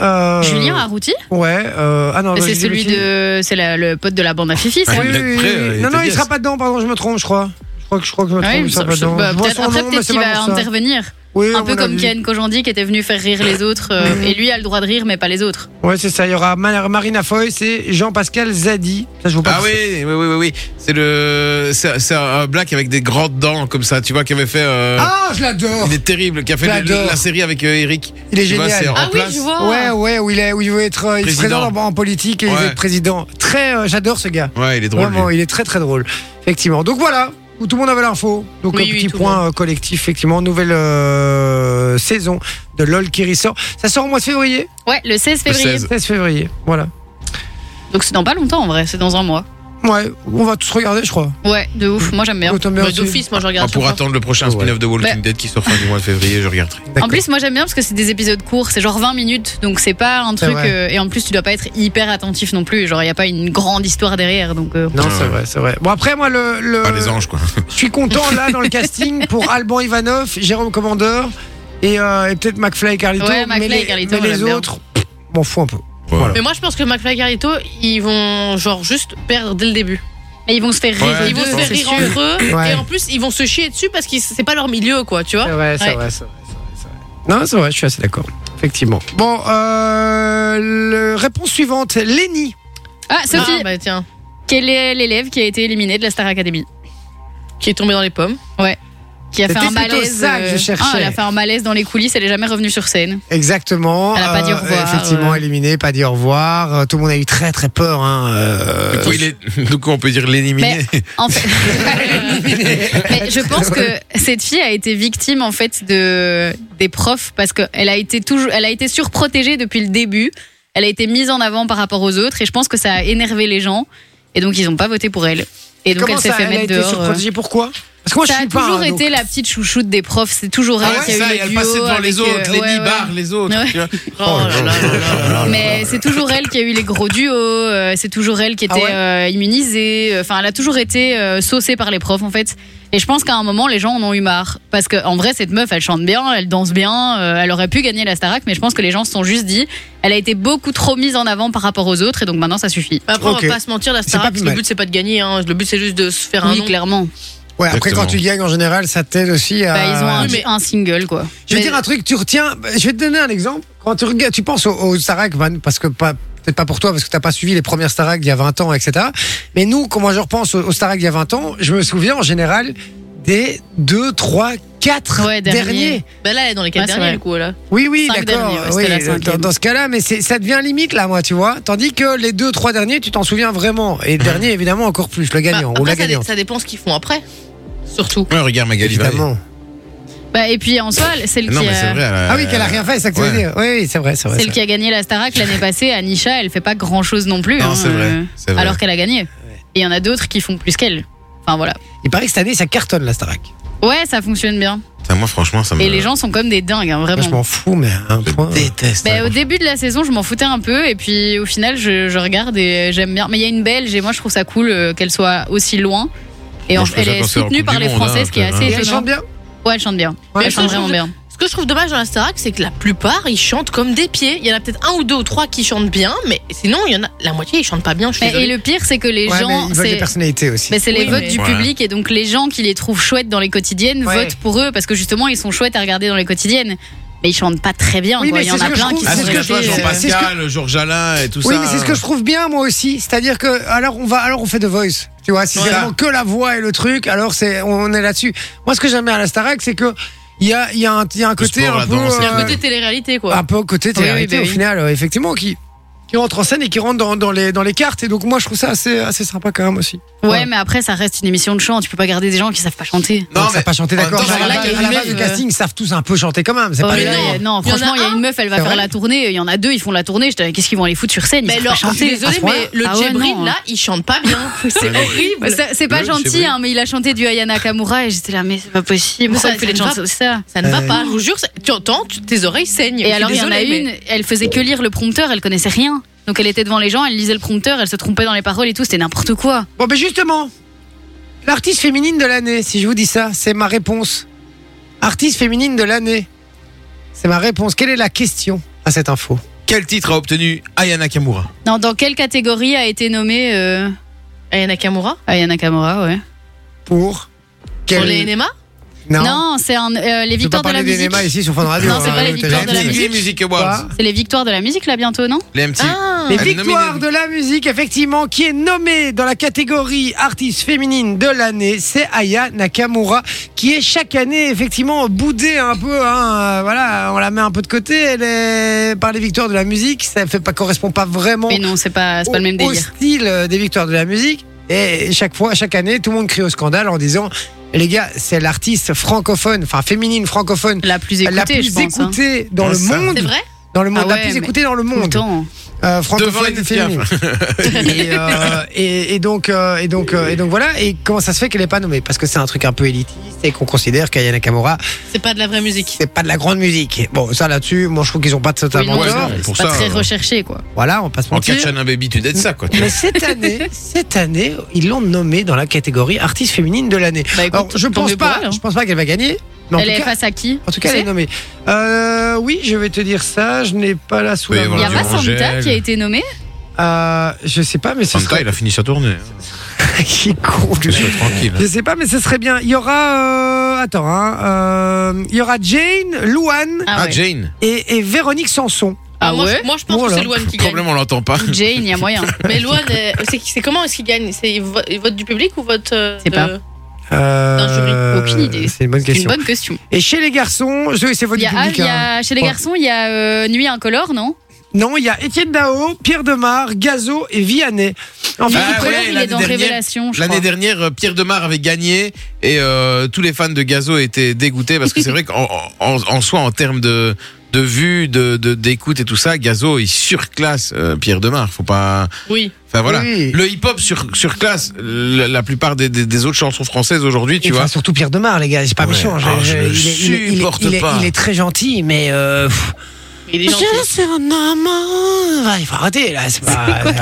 [SPEAKER 2] euh,
[SPEAKER 4] Julien Arrouti
[SPEAKER 2] Ouais. euh, ah non, non,
[SPEAKER 4] C'est
[SPEAKER 2] j'ai
[SPEAKER 4] celui
[SPEAKER 2] dit-
[SPEAKER 4] de. C'est la- le pote de la bande à Fifi, ça
[SPEAKER 2] Oui, oui,
[SPEAKER 5] Black
[SPEAKER 2] oui,
[SPEAKER 5] Prey,
[SPEAKER 2] oui.
[SPEAKER 5] euh, il
[SPEAKER 2] Non,
[SPEAKER 5] était
[SPEAKER 2] non, il
[SPEAKER 5] yes.
[SPEAKER 2] sera pas dedans, pardon, je me trompe, je crois. Je crois que je, crois que je me trompe,
[SPEAKER 4] Ouais, il me
[SPEAKER 2] il sera
[SPEAKER 4] semble-
[SPEAKER 2] pas
[SPEAKER 4] je-
[SPEAKER 2] dedans.
[SPEAKER 4] bah,
[SPEAKER 2] Je vois
[SPEAKER 4] peut-être-
[SPEAKER 2] son
[SPEAKER 4] Après,
[SPEAKER 2] nom, mais
[SPEAKER 4] peut-être
[SPEAKER 2] c'est
[SPEAKER 4] qu'il
[SPEAKER 2] pas
[SPEAKER 4] va
[SPEAKER 2] pour ça.
[SPEAKER 4] intervenir.
[SPEAKER 2] Oui, à
[SPEAKER 4] un peu
[SPEAKER 2] mon
[SPEAKER 4] comme
[SPEAKER 2] avis.
[SPEAKER 4] Ken Kojandi qui était venu faire rire les autres. euh,
[SPEAKER 2] Mhm.
[SPEAKER 4] Et lui a le droit de rire, mais pas les autres.
[SPEAKER 2] Ouais, c'est ça. Il y aura Ma- Marina Foy, c'est Jean-Pascal Zadi. Ça, je vous
[SPEAKER 5] Ah
[SPEAKER 2] parle.
[SPEAKER 5] oui, oui, oui, oui, oui. C'est le, c'est c'est un black avec des grandes dents comme ça, tu vois, qui avait fait. euh,
[SPEAKER 2] Ah, je l'adore.
[SPEAKER 5] Il est terrible, qui a fait le-
[SPEAKER 2] J'adore.
[SPEAKER 5] la série avec euh, Eric.
[SPEAKER 2] Il est
[SPEAKER 5] Tu vois,
[SPEAKER 2] génial.
[SPEAKER 5] c'est en
[SPEAKER 3] Ah oui,
[SPEAKER 5] place.
[SPEAKER 3] je
[SPEAKER 4] Oh.
[SPEAKER 3] vois.
[SPEAKER 2] Ouais, ouais, où il, est, où il veut être euh, il se
[SPEAKER 5] Président.
[SPEAKER 2] présente en, en politique et il veut
[SPEAKER 5] Ouais.
[SPEAKER 2] être président. Très, euh, j'adore ce gars.
[SPEAKER 5] Ouais, il est drôle.
[SPEAKER 2] Vraiment,
[SPEAKER 5] lui.
[SPEAKER 2] il est très très drôle. Effectivement. Donc voilà, où tout le monde avait l'info. Donc
[SPEAKER 3] Oui,
[SPEAKER 2] un
[SPEAKER 3] oui,
[SPEAKER 2] petit
[SPEAKER 3] tout le
[SPEAKER 2] point euh, collectif, effectivement. Nouvelle euh, saison de LOL qui ressort. Ça sort au mois de février
[SPEAKER 4] Ouais, le 16
[SPEAKER 5] Le
[SPEAKER 4] février.
[SPEAKER 5] 16.
[SPEAKER 2] 16 février. Voilà.
[SPEAKER 4] Donc c'est dans pas longtemps en vrai, c'est dans un mois.
[SPEAKER 2] Ouais, on va tous regarder, je crois.
[SPEAKER 4] Ouais, de ouf, moi j'aime bien.
[SPEAKER 2] Mm. Autant bien
[SPEAKER 3] Bah,
[SPEAKER 2] aussi.
[SPEAKER 3] D'office, moi je
[SPEAKER 5] Ah,
[SPEAKER 3] regarde.
[SPEAKER 5] pour
[SPEAKER 3] chaque fois.
[SPEAKER 5] attendre le prochain spin-off de Walking
[SPEAKER 4] Bah.
[SPEAKER 5] Dead qui sort fin du mois de février, je regarderai.
[SPEAKER 2] D'accord.
[SPEAKER 4] En plus, moi j'aime bien parce que c'est des épisodes courts, c'est genre 20 minutes, donc c'est pas un
[SPEAKER 2] C'est
[SPEAKER 4] truc.
[SPEAKER 2] vrai.
[SPEAKER 4] euh, et en plus, tu dois pas être hyper attentif non plus, genre y a pas une grande histoire derrière, donc. euh,
[SPEAKER 2] Non,
[SPEAKER 5] Ouais.
[SPEAKER 2] c'est vrai, c'est vrai. Bon, après, moi, le, le-
[SPEAKER 5] Pas Ah, les anges, quoi.
[SPEAKER 2] je suis content là dans le casting pour Alban Ivanov, Jérôme Commandeur et, euh, et peut-être McFly et Carlito.
[SPEAKER 4] Ouais, McFly
[SPEAKER 2] mais les,
[SPEAKER 4] et Carlito,
[SPEAKER 2] mais
[SPEAKER 4] on
[SPEAKER 2] les
[SPEAKER 4] l'aime bien.
[SPEAKER 2] autres, pff, m'en fous un peu.
[SPEAKER 5] Voilà.
[SPEAKER 3] Mais moi je pense que McFly et Carito, ils vont genre juste perdre dès le début.
[SPEAKER 4] Mais ils vont se faire rire.
[SPEAKER 5] Ouais,
[SPEAKER 4] les
[SPEAKER 3] Ils vont
[SPEAKER 4] deux,
[SPEAKER 3] se faire
[SPEAKER 4] c'est
[SPEAKER 3] rire
[SPEAKER 4] sûr.
[SPEAKER 3] entre eux
[SPEAKER 2] Ouais.
[SPEAKER 3] et en plus ils vont se chier dessus parce que c'est pas leur milieu quoi, tu vois.
[SPEAKER 2] C'est vrai, c'est
[SPEAKER 3] Ouais.
[SPEAKER 2] vrai, c'est vrai, c'est vrai, c'est vrai. Non, c'est vrai, je suis assez d'accord. Effectivement. Bon, euh, le- réponse suivante, Lenny.
[SPEAKER 4] Ah,
[SPEAKER 3] Ah,
[SPEAKER 4] Sophie,
[SPEAKER 3] bah tiens,
[SPEAKER 4] quel est l'élève qui a été éliminé de la Star Academy
[SPEAKER 3] qui est tombé dans les pommes.
[SPEAKER 4] Qui a fait
[SPEAKER 2] C'était
[SPEAKER 4] un
[SPEAKER 2] plutôt
[SPEAKER 4] malaise.
[SPEAKER 2] ça que je
[SPEAKER 4] euh,
[SPEAKER 2] cherchais.
[SPEAKER 4] ah, elle a fait un malaise dans les coulisses, elle est jamais revenue sur scène.
[SPEAKER 2] Exactement. Euh,
[SPEAKER 4] Elle a pas dit au revoir,
[SPEAKER 2] Effectivement,
[SPEAKER 4] ouais.
[SPEAKER 2] éliminé, pas dit au revoir. Euh, Tout le monde a eu très très peur. Hein. euh,
[SPEAKER 5] Du coup, il est- du coup, on peut dire l'éliminer.
[SPEAKER 4] En fait, mais je pense que cette fille a été victime en fait de des profs parce qu'elle a été toujours, elle a été surprotégée depuis le début. Elle a été mise en avant par rapport aux autres et je pense que ça a énervé les gens et donc ils n'ont pas voté pour elle. Et donc
[SPEAKER 2] Comment
[SPEAKER 4] elle s'est
[SPEAKER 2] ça,
[SPEAKER 4] fait
[SPEAKER 2] elle a
[SPEAKER 4] mettre
[SPEAKER 2] été
[SPEAKER 4] dehors. euh.
[SPEAKER 2] surprotégée Pourquoi Parce que moi,
[SPEAKER 4] ça
[SPEAKER 2] je suis
[SPEAKER 4] a
[SPEAKER 2] pas.
[SPEAKER 4] toujours
[SPEAKER 2] hein, donc-
[SPEAKER 4] été la petite chouchoute des profs. C'est toujours
[SPEAKER 5] Ah
[SPEAKER 4] elle
[SPEAKER 5] ouais,
[SPEAKER 4] qui a eu
[SPEAKER 5] ça,
[SPEAKER 4] le
[SPEAKER 5] et elle
[SPEAKER 4] duo
[SPEAKER 5] passait devant
[SPEAKER 4] avec,
[SPEAKER 5] les
[SPEAKER 4] euh,
[SPEAKER 5] autres, les
[SPEAKER 4] ouais,
[SPEAKER 5] Lenny
[SPEAKER 4] ouais.
[SPEAKER 5] barre les autres.
[SPEAKER 4] Ouais.
[SPEAKER 5] tu vois.
[SPEAKER 3] Oh là là là là
[SPEAKER 5] Oh
[SPEAKER 3] là.
[SPEAKER 4] Mais c'est toujours elle qui a eu les gros duos, euh, c'est toujours elle qui était
[SPEAKER 2] Ah ouais
[SPEAKER 4] euh, immunisée, enfin elle a toujours été euh, saucée par les profs en fait. Et je pense qu'à un moment les gens en ont eu marre parce que en vrai cette meuf elle chante bien, elle danse bien, euh, elle aurait pu gagner la Starac mais je pense que les gens se sont juste dit elle a été beaucoup trop mise en avant par rapport aux autres et donc maintenant ça suffit.
[SPEAKER 3] Bah, Après,
[SPEAKER 2] Ok.
[SPEAKER 3] on va pas se mentir, la
[SPEAKER 2] C'est pas
[SPEAKER 3] Starac,
[SPEAKER 2] plus
[SPEAKER 3] le
[SPEAKER 2] mal.
[SPEAKER 3] but c'est pas de gagner, hein. le but c'est juste de se faire un
[SPEAKER 4] Oui
[SPEAKER 3] nom.
[SPEAKER 4] clairement.
[SPEAKER 2] Ouais, après,
[SPEAKER 5] Exactement.
[SPEAKER 2] quand tu gagnes, en général, ça t'aide aussi à.
[SPEAKER 4] Bah, ils ont un,
[SPEAKER 3] mais-
[SPEAKER 4] un single quoi.
[SPEAKER 2] Je vais
[SPEAKER 3] Mais-
[SPEAKER 2] dire un truc, tu retiens. Je vais te donner un exemple. Quand tu regardes, tu penses aux, aux Starac, Van, parce que pas. Peut-être pas pour toi parce que t'as pas suivi les premières Starac d'il y a 20 ans, etc. Mais nous, quand moi je repense aux, aux Starac d'il y a 20 ans, je me souviens en général des 2, 3, 4
[SPEAKER 4] Ouais, derniers.
[SPEAKER 2] derniers.
[SPEAKER 3] Bah là, elle est dans les quatre
[SPEAKER 4] Ouais, c'est
[SPEAKER 3] derniers
[SPEAKER 4] vrai.
[SPEAKER 3] du coup là.
[SPEAKER 2] Oui, oui,
[SPEAKER 4] Cinq
[SPEAKER 2] d'accord.
[SPEAKER 4] derniers, ouais,
[SPEAKER 2] oui,
[SPEAKER 4] c'était la
[SPEAKER 2] dans,
[SPEAKER 4] cinquième.
[SPEAKER 2] dans ce cas-là, mais c'est- ça devient limite là, moi, tu vois. Tandis que les 2, 3 derniers, tu t'en souviens vraiment. Et le dernier, évidemment, encore plus, le
[SPEAKER 3] Bah,
[SPEAKER 2] gagnant ou
[SPEAKER 3] après,
[SPEAKER 2] la hein.
[SPEAKER 3] ça, dé-
[SPEAKER 2] gagnante.
[SPEAKER 3] ça dépend ce qu'ils font après. Surtout.
[SPEAKER 5] Ouais, regarde Magali Vallée.
[SPEAKER 2] Évidemment.
[SPEAKER 4] Bah, et puis en soi celle
[SPEAKER 5] Non,
[SPEAKER 4] qui
[SPEAKER 5] mais c'est
[SPEAKER 4] a...
[SPEAKER 5] vrai. elle a-
[SPEAKER 2] Ah oui, qu'elle a rien fait, c'est ça que tu veux
[SPEAKER 5] Euh, Ouais.
[SPEAKER 2] dire. Oui, oui, c'est vrai, c'est vrai.
[SPEAKER 4] Celle qui a gagné la Starac l'année passée, Anisha, elle fait pas grand chose non plus.
[SPEAKER 5] Non,
[SPEAKER 4] hein,
[SPEAKER 5] c'est vrai.
[SPEAKER 4] euh,
[SPEAKER 5] c'est vrai.
[SPEAKER 4] alors qu'elle a gagné. Et il y en a d'autres qui font plus qu'elle. Enfin voilà.
[SPEAKER 2] Il paraît que cette année, ça cartonne la Starac.
[SPEAKER 4] Ouais, ça fonctionne bien.
[SPEAKER 5] Putain, moi, franchement, ça me. Ah,
[SPEAKER 4] Et les gens sont comme des dingues, hein,
[SPEAKER 2] Moi, je
[SPEAKER 4] vraiment.
[SPEAKER 2] m'en fous, mais à un point. euh,
[SPEAKER 5] Je déteste.
[SPEAKER 4] Bah, au début de la saison, je m'en foutais un peu, et puis au final, je, je regarde et j'aime bien. Mais il y a une Belge, et moi, je trouve ça cool euh, qu'elle soit aussi loin. Et
[SPEAKER 5] Moi,
[SPEAKER 4] en-
[SPEAKER 5] je trouve
[SPEAKER 4] elle
[SPEAKER 5] ça
[SPEAKER 4] est
[SPEAKER 5] quand c'est en
[SPEAKER 4] soutenue
[SPEAKER 5] Coupe
[SPEAKER 4] par
[SPEAKER 5] du
[SPEAKER 4] les
[SPEAKER 5] Monde,
[SPEAKER 4] Français,
[SPEAKER 5] hein,
[SPEAKER 4] ce qui est
[SPEAKER 5] après,
[SPEAKER 4] assez
[SPEAKER 2] Et elle
[SPEAKER 4] étonnant.
[SPEAKER 2] chante bien
[SPEAKER 4] Ouais, elle chante bien.
[SPEAKER 2] Ouais,
[SPEAKER 4] elle chante
[SPEAKER 3] je trouve
[SPEAKER 4] vraiment
[SPEAKER 3] que-
[SPEAKER 4] bien.
[SPEAKER 3] Ce que je trouve dommage dans la Starac, c'est que la plupart ils chantent comme des pieds. Il y en a peut-être un ou deux ou trois qui chantent bien, mais sinon, il y en a la moitié ils chantent pas bien. Je suis
[SPEAKER 4] Mais- et
[SPEAKER 3] désolée.
[SPEAKER 4] le pire, c'est que les
[SPEAKER 2] Ouais, mais
[SPEAKER 4] gens.
[SPEAKER 2] ils veulent des
[SPEAKER 4] c'est-
[SPEAKER 2] personnalités aussi.
[SPEAKER 4] Mais c'est les
[SPEAKER 3] Oui,
[SPEAKER 4] votes
[SPEAKER 3] mais-
[SPEAKER 4] du
[SPEAKER 5] Ouais.
[SPEAKER 4] public et donc les gens qui les trouvent chouettes dans les quotidiennes
[SPEAKER 2] Ouais.
[SPEAKER 4] votent pour eux parce que justement ils sont chouettes à regarder dans les quotidiennes. Mais ils chantent pas très bien.
[SPEAKER 2] Oui,
[SPEAKER 4] quoi.
[SPEAKER 2] mais
[SPEAKER 4] Il y en
[SPEAKER 2] c'est ce
[SPEAKER 4] a
[SPEAKER 2] que je
[SPEAKER 4] plein
[SPEAKER 2] trouve,
[SPEAKER 4] qui
[SPEAKER 5] Ah,
[SPEAKER 4] sont
[SPEAKER 5] c'est ce que je vois,
[SPEAKER 4] restés, euh,
[SPEAKER 5] Jean-Pascal, Georges Alain et tout ça.
[SPEAKER 2] oui, mais c'est ce que je trouve bien, moi aussi. C'est-à-dire que, alors, on va, alors on fait The Voice. Tu vois, si c'est
[SPEAKER 5] Voilà.
[SPEAKER 2] vraiment que la voix et le truc, alors c'est, on est là-dessus. Moi, ce que j'aime bien à la Starac, c'est que, il y a, il y a un, il y a un côté
[SPEAKER 5] sport,
[SPEAKER 2] un
[SPEAKER 5] la
[SPEAKER 2] peu,
[SPEAKER 5] danse,
[SPEAKER 2] euh,
[SPEAKER 3] Il y a un côté télé-réalité quoi.
[SPEAKER 2] un peu au côté
[SPEAKER 4] oui,
[SPEAKER 2] télé-réalité,
[SPEAKER 4] bah
[SPEAKER 2] au
[SPEAKER 4] oui.
[SPEAKER 2] final, euh, effectivement, qui, qui rentre en scène et qui rentre dans, dans les, dans les cartes. Et donc, moi, je trouve ça assez, assez sympa quand même aussi.
[SPEAKER 4] Ouais, mais après, ça reste une émission de chant. Tu peux pas garder des gens qui savent pas chanter.
[SPEAKER 5] Non,
[SPEAKER 2] Non,
[SPEAKER 5] mais-
[SPEAKER 2] ça pas
[SPEAKER 5] en
[SPEAKER 2] chanté
[SPEAKER 5] même
[SPEAKER 2] d'accord.
[SPEAKER 5] temps,
[SPEAKER 2] Genre,
[SPEAKER 5] c'est
[SPEAKER 2] à la
[SPEAKER 5] là
[SPEAKER 2] base-
[SPEAKER 5] qu'il
[SPEAKER 2] à la
[SPEAKER 4] arrive,
[SPEAKER 2] base du
[SPEAKER 4] euh,
[SPEAKER 2] casting, ils savent tous un peu chanter quand même. C'est
[SPEAKER 4] Oh
[SPEAKER 2] pas
[SPEAKER 4] là
[SPEAKER 2] les
[SPEAKER 4] là,
[SPEAKER 3] non.
[SPEAKER 4] y a- non,
[SPEAKER 3] Il y en a
[SPEAKER 4] franchement, il y a
[SPEAKER 3] un.
[SPEAKER 4] une meuf, elle va
[SPEAKER 2] C'est
[SPEAKER 4] faire
[SPEAKER 2] vrai
[SPEAKER 4] la tournée. Il y en a deux, ils font la tournée. Je te dis, qu'est-ce qu'ils vont aller foutre sur scène Ils
[SPEAKER 3] Mais
[SPEAKER 4] savent
[SPEAKER 3] leur,
[SPEAKER 4] pas
[SPEAKER 3] je suis
[SPEAKER 4] chanter.
[SPEAKER 3] désolée,
[SPEAKER 2] à ce
[SPEAKER 3] mais
[SPEAKER 2] point-là
[SPEAKER 3] le
[SPEAKER 4] Ah ouais,
[SPEAKER 3] Djibril
[SPEAKER 4] non.
[SPEAKER 3] là, il chante pas bien. C'est horrible.
[SPEAKER 4] Ça, C'est pas
[SPEAKER 5] Oui, c'est
[SPEAKER 4] gentil,
[SPEAKER 5] vrai.
[SPEAKER 4] hein, mais il a chanté du Ayana Kamura et j'étais là, mais c'est pas possible. Pourquoi
[SPEAKER 3] Ça,
[SPEAKER 4] il fait
[SPEAKER 3] ça
[SPEAKER 4] les
[SPEAKER 3] ne va
[SPEAKER 4] chansons ça
[SPEAKER 3] Ça ne va
[SPEAKER 2] Euh.
[SPEAKER 3] pas, je vous jure. c'est- Tu entends, tu- tes oreilles saignent. Je
[SPEAKER 4] Et
[SPEAKER 3] suis
[SPEAKER 4] alors, il y en a
[SPEAKER 3] désolée, mais-
[SPEAKER 4] une, elle faisait que lire le prompteur, elle connaissait rien. Donc, elle était devant les gens, elle lisait le prompteur, elle se trompait dans les paroles et tout, c'était n'importe quoi.
[SPEAKER 2] Bon, ben justement, l'artiste féminine de l'année, si je vous dis ça, c'est ma réponse. Artiste féminine de l'année, c'est ma réponse. Quelle est la question à cette info
[SPEAKER 5] Quel titre a obtenu Ayana Kamura
[SPEAKER 4] Non, dans quelle catégorie a été nommée euh,
[SPEAKER 3] Aya Nakamura
[SPEAKER 4] Ayana Kamura ouais.
[SPEAKER 2] Pour
[SPEAKER 3] Pour les NMA
[SPEAKER 4] Non, c'est un, euh, les
[SPEAKER 2] je peux pas
[SPEAKER 4] victoires de la
[SPEAKER 2] parler des
[SPEAKER 4] musique.
[SPEAKER 2] NMA ici sur Fun Radio.
[SPEAKER 4] Non, c'est
[SPEAKER 2] hein,
[SPEAKER 4] pas les
[SPEAKER 2] t'as
[SPEAKER 4] victoires de la
[SPEAKER 2] jamais dit.
[SPEAKER 5] MTV Music Awards.
[SPEAKER 2] Quoi
[SPEAKER 4] C'est les victoires de la musique là bientôt, non
[SPEAKER 5] Les MTV.
[SPEAKER 3] Ah
[SPEAKER 2] Les
[SPEAKER 5] Elle est
[SPEAKER 2] victoires
[SPEAKER 5] nominée.
[SPEAKER 2] de la musique, effectivement, qui est nommée dans la catégorie artiste féminine de l'année, c'est Aya Nakamura, qui est chaque année, effectivement, boudée un peu. hein, euh, voilà, on la met un peu de côté. Elle est par les victoires de la musique, ça fait pas correspond pas vraiment
[SPEAKER 4] Mais non, c'est pas, c'est pas le même
[SPEAKER 2] au- au
[SPEAKER 4] délire.
[SPEAKER 2] style euh, des victoires de la musique. Et chaque fois, chaque année, tout le monde crie au scandale en disant les gars, c'est l'artiste francophone, enfin féminine francophone,
[SPEAKER 4] La plus écoutée,
[SPEAKER 2] la plus
[SPEAKER 4] je pense. hein.
[SPEAKER 2] écoutée dans
[SPEAKER 5] Ah,
[SPEAKER 2] le
[SPEAKER 5] ça.
[SPEAKER 2] monde,
[SPEAKER 3] C'est vrai
[SPEAKER 2] dans le monde,
[SPEAKER 4] Ah
[SPEAKER 2] la
[SPEAKER 4] ouais,
[SPEAKER 2] plus
[SPEAKER 4] mais-
[SPEAKER 2] écoutée dans le
[SPEAKER 4] Tout le
[SPEAKER 2] monde.
[SPEAKER 4] temps.
[SPEAKER 2] Euh,
[SPEAKER 5] Devant
[SPEAKER 2] francophone
[SPEAKER 5] Edith
[SPEAKER 2] féminine. et, euh, et, et donc euh, et donc euh, et donc voilà et comment ça se fait qu'elle n'est pas nommée parce que c'est un truc un peu élitiste et qu'on considère qu'Ayana Nakamura
[SPEAKER 3] C'est pas de la vraie musique.
[SPEAKER 2] c'est pas de la grande musique bon ça là-dessus moi je trouve qu'ils ont pas totalement
[SPEAKER 4] Oui, non,
[SPEAKER 5] Ouais,
[SPEAKER 2] tort
[SPEAKER 5] non,
[SPEAKER 4] C'est
[SPEAKER 5] pour
[SPEAKER 4] pas
[SPEAKER 5] ça,
[SPEAKER 4] très
[SPEAKER 5] euh,
[SPEAKER 4] recherché, quoi. Bah
[SPEAKER 2] voilà on passe
[SPEAKER 5] En
[SPEAKER 2] mentir
[SPEAKER 5] catchant un baby, tu dettes ça, quoi. tu vois.
[SPEAKER 2] mais cette année cette année ils l'ont nommée dans la catégorie artiste féminine de l'année
[SPEAKER 4] Bah, écoute,
[SPEAKER 2] alors je
[SPEAKER 4] tant
[SPEAKER 2] pense
[SPEAKER 4] mieux pour
[SPEAKER 2] pas
[SPEAKER 4] elle, hein.
[SPEAKER 2] je pense pas qu'elle va gagner mais en
[SPEAKER 4] Elle
[SPEAKER 2] tout
[SPEAKER 4] est
[SPEAKER 2] cas
[SPEAKER 4] face à qui
[SPEAKER 2] en tout cas,
[SPEAKER 4] Tu
[SPEAKER 2] elle est
[SPEAKER 4] sais
[SPEAKER 2] nommée. Euh, oui, je vais te dire ça. Je n'ai pas la sous
[SPEAKER 5] Oui,
[SPEAKER 2] la main.
[SPEAKER 4] Il y
[SPEAKER 5] voilà.
[SPEAKER 4] a pas
[SPEAKER 5] Angèle.
[SPEAKER 4] Santa qui a été nommée
[SPEAKER 2] Euh, je sais pas, mais ce
[SPEAKER 5] En même temps,
[SPEAKER 2] serait.
[SPEAKER 5] il a fini sa tournée.
[SPEAKER 2] Qui est con, lui.
[SPEAKER 5] Je suis tranquille.
[SPEAKER 2] Je sais pas, mais ce serait bien. Il y aura. euh, attends, hein, euh, il y aura Jane, Louane
[SPEAKER 5] Ah,
[SPEAKER 4] Ah ouais.
[SPEAKER 5] Jane.
[SPEAKER 2] et, et Véronique Sanson.
[SPEAKER 4] Ah
[SPEAKER 3] moi, je-
[SPEAKER 4] ouais
[SPEAKER 3] moi, je pense
[SPEAKER 2] Voilà.
[SPEAKER 3] que c'est Loane qui gagne.
[SPEAKER 5] Problème, on l'entend pas.
[SPEAKER 4] Jane, il y a moyen.
[SPEAKER 3] Mais Loane, euh, c'est c'est comment est-ce qu'il gagne C'est il vo- il vote du public ou vote euh,
[SPEAKER 4] C'est
[SPEAKER 3] de-
[SPEAKER 4] pas.
[SPEAKER 2] Euh,
[SPEAKER 4] Non, j'aurais aucune idée.
[SPEAKER 2] C'est une bonne
[SPEAKER 4] C'est une
[SPEAKER 2] question.
[SPEAKER 4] bonne question.
[SPEAKER 2] Et chez les garçons, je c'est votre
[SPEAKER 4] Il y a, ah,
[SPEAKER 2] public.
[SPEAKER 4] il y
[SPEAKER 2] hein.
[SPEAKER 4] a- chez les
[SPEAKER 2] Ouais.
[SPEAKER 4] garçons, il y a euh, Nuit incolore, non
[SPEAKER 2] Non, il y a Étienne Dao, Pierre Demar, Gazo et Vianney. En
[SPEAKER 5] Ah
[SPEAKER 2] fait, ils
[SPEAKER 4] Nuit
[SPEAKER 5] ouais,
[SPEAKER 4] incolore,
[SPEAKER 2] prennent-
[SPEAKER 4] il est
[SPEAKER 5] l'année
[SPEAKER 4] dans
[SPEAKER 5] dernière-
[SPEAKER 4] Révélation, je crois.
[SPEAKER 5] L'année dernière, euh, Pierre Demar avait gagné et euh, tous les fans de Gazo étaient dégoûtés parce que c'est vrai qu'en en, en soi, en termes de de vue, de de- d'écoute et tout ça, Gazo il surclasse euh, Pierre Demar. Faut pas.
[SPEAKER 3] Oui.
[SPEAKER 5] Enfin voilà.
[SPEAKER 2] Oui.
[SPEAKER 5] Le hip-hop sur surclasse la, la plupart des, des, des autres chansons françaises aujourd'hui, tu
[SPEAKER 2] Enfin,
[SPEAKER 5] vois.
[SPEAKER 2] surtout Pierre Demar, les gars, c'est pas
[SPEAKER 5] Ouais.
[SPEAKER 2] méchant.
[SPEAKER 5] Ah, je le
[SPEAKER 2] il, est, il est- il est-
[SPEAKER 5] supporte
[SPEAKER 2] il est-
[SPEAKER 5] pas.
[SPEAKER 2] il est très gentil, mais. euh, pff,
[SPEAKER 3] Mais Il est gentil.
[SPEAKER 2] je suis un amant. Ah, Il faut arrêter là, c'est pas. euh,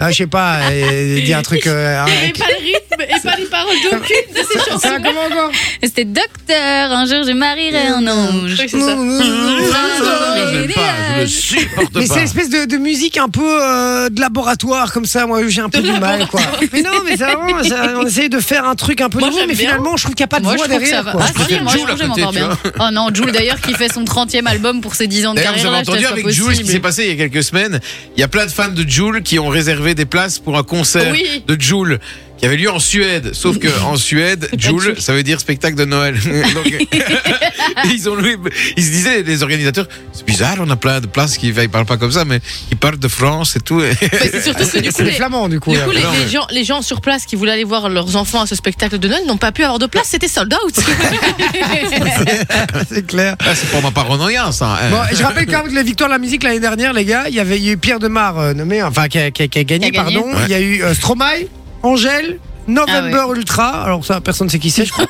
[SPEAKER 2] ah, je sais pas, euh, dis un truc. euh,
[SPEAKER 3] Il
[SPEAKER 2] un-
[SPEAKER 3] avait pas le rythme et pas les paroles d'aucune de ses chansons.
[SPEAKER 2] Ça va comment encore
[SPEAKER 4] C'était Docteur, un jour je marierai un
[SPEAKER 3] Je
[SPEAKER 4] ange.
[SPEAKER 3] crois que c'est ça.
[SPEAKER 5] Je l'aime pas, je le supporte
[SPEAKER 2] Mais c'est
[SPEAKER 5] pas.
[SPEAKER 2] une espèce de, de musique un peu euh, de laboratoire comme ça. Moi, j'ai un peu
[SPEAKER 3] De
[SPEAKER 2] du mal, quoi. Mais non, mais ça, vraiment, ça, on essaye de faire un truc un peu
[SPEAKER 3] Moi,
[SPEAKER 2] nouveau,
[SPEAKER 3] j'aime
[SPEAKER 2] mais
[SPEAKER 3] bien.
[SPEAKER 2] finalement, je trouve qu'il n'y a pas de
[SPEAKER 4] Moi, je
[SPEAKER 2] voix
[SPEAKER 4] trouve que ça
[SPEAKER 2] derrière.
[SPEAKER 4] va.
[SPEAKER 2] quoi.
[SPEAKER 4] Ah, si,
[SPEAKER 5] préfère
[SPEAKER 4] moi, je
[SPEAKER 5] Jul
[SPEAKER 4] trouve
[SPEAKER 5] à
[SPEAKER 4] que je
[SPEAKER 5] côté,
[SPEAKER 4] m'endors
[SPEAKER 5] tu
[SPEAKER 4] bien. Oh non, Jules d'ailleurs qui fait son 30e album pour ses 10 ans de
[SPEAKER 5] D'ailleurs, vous avez
[SPEAKER 4] carrière. là, je
[SPEAKER 5] Eh,
[SPEAKER 4] te
[SPEAKER 5] entendu
[SPEAKER 4] laisse
[SPEAKER 5] avec
[SPEAKER 4] pas
[SPEAKER 5] Jules ce qui
[SPEAKER 4] possible.
[SPEAKER 5] s'est passé il y a quelques semaines. Il y a plein de fans de Jules qui ont réservé des places pour un concert
[SPEAKER 3] Oui.
[SPEAKER 5] de Jules qui avait lieu en Suède. Sauf que en Suède, Jules, ça veut dire spectacle de Noël. Donc, ils, ont loué- ils se disaient, les organisateurs, c'est bizarre, on a plein de places qui ne parlent pas comme ça, mais qui parlent de France et tout.
[SPEAKER 3] Mais c'est surtout que Ah, du coup,
[SPEAKER 2] C'est les
[SPEAKER 3] les,
[SPEAKER 2] flamands, du coup.
[SPEAKER 3] du
[SPEAKER 2] là.
[SPEAKER 3] coup, les,
[SPEAKER 5] Non,
[SPEAKER 3] les
[SPEAKER 5] mais-
[SPEAKER 3] gens, les gens sur place qui voulaient aller voir leurs enfants à ce spectacle de Noël n'ont pas pu avoir de place, c'était sold out.
[SPEAKER 2] C'est clair.
[SPEAKER 5] Ah, c'est pour ma part, on en a, ça. hein.
[SPEAKER 2] Bon, et je rappelle quand même que les victoires de la musique l'année dernière, les gars, il y avait il y a eu Pierre Demar euh, nommé, enfin qui a, qui a- qui a gagné,
[SPEAKER 4] Qui a gagné.
[SPEAKER 2] pardon. Il y a eu euh, Stromae, Angèle, November
[SPEAKER 3] Ah
[SPEAKER 2] Ultra, alors ça personne ne sait qui c'est, je crois.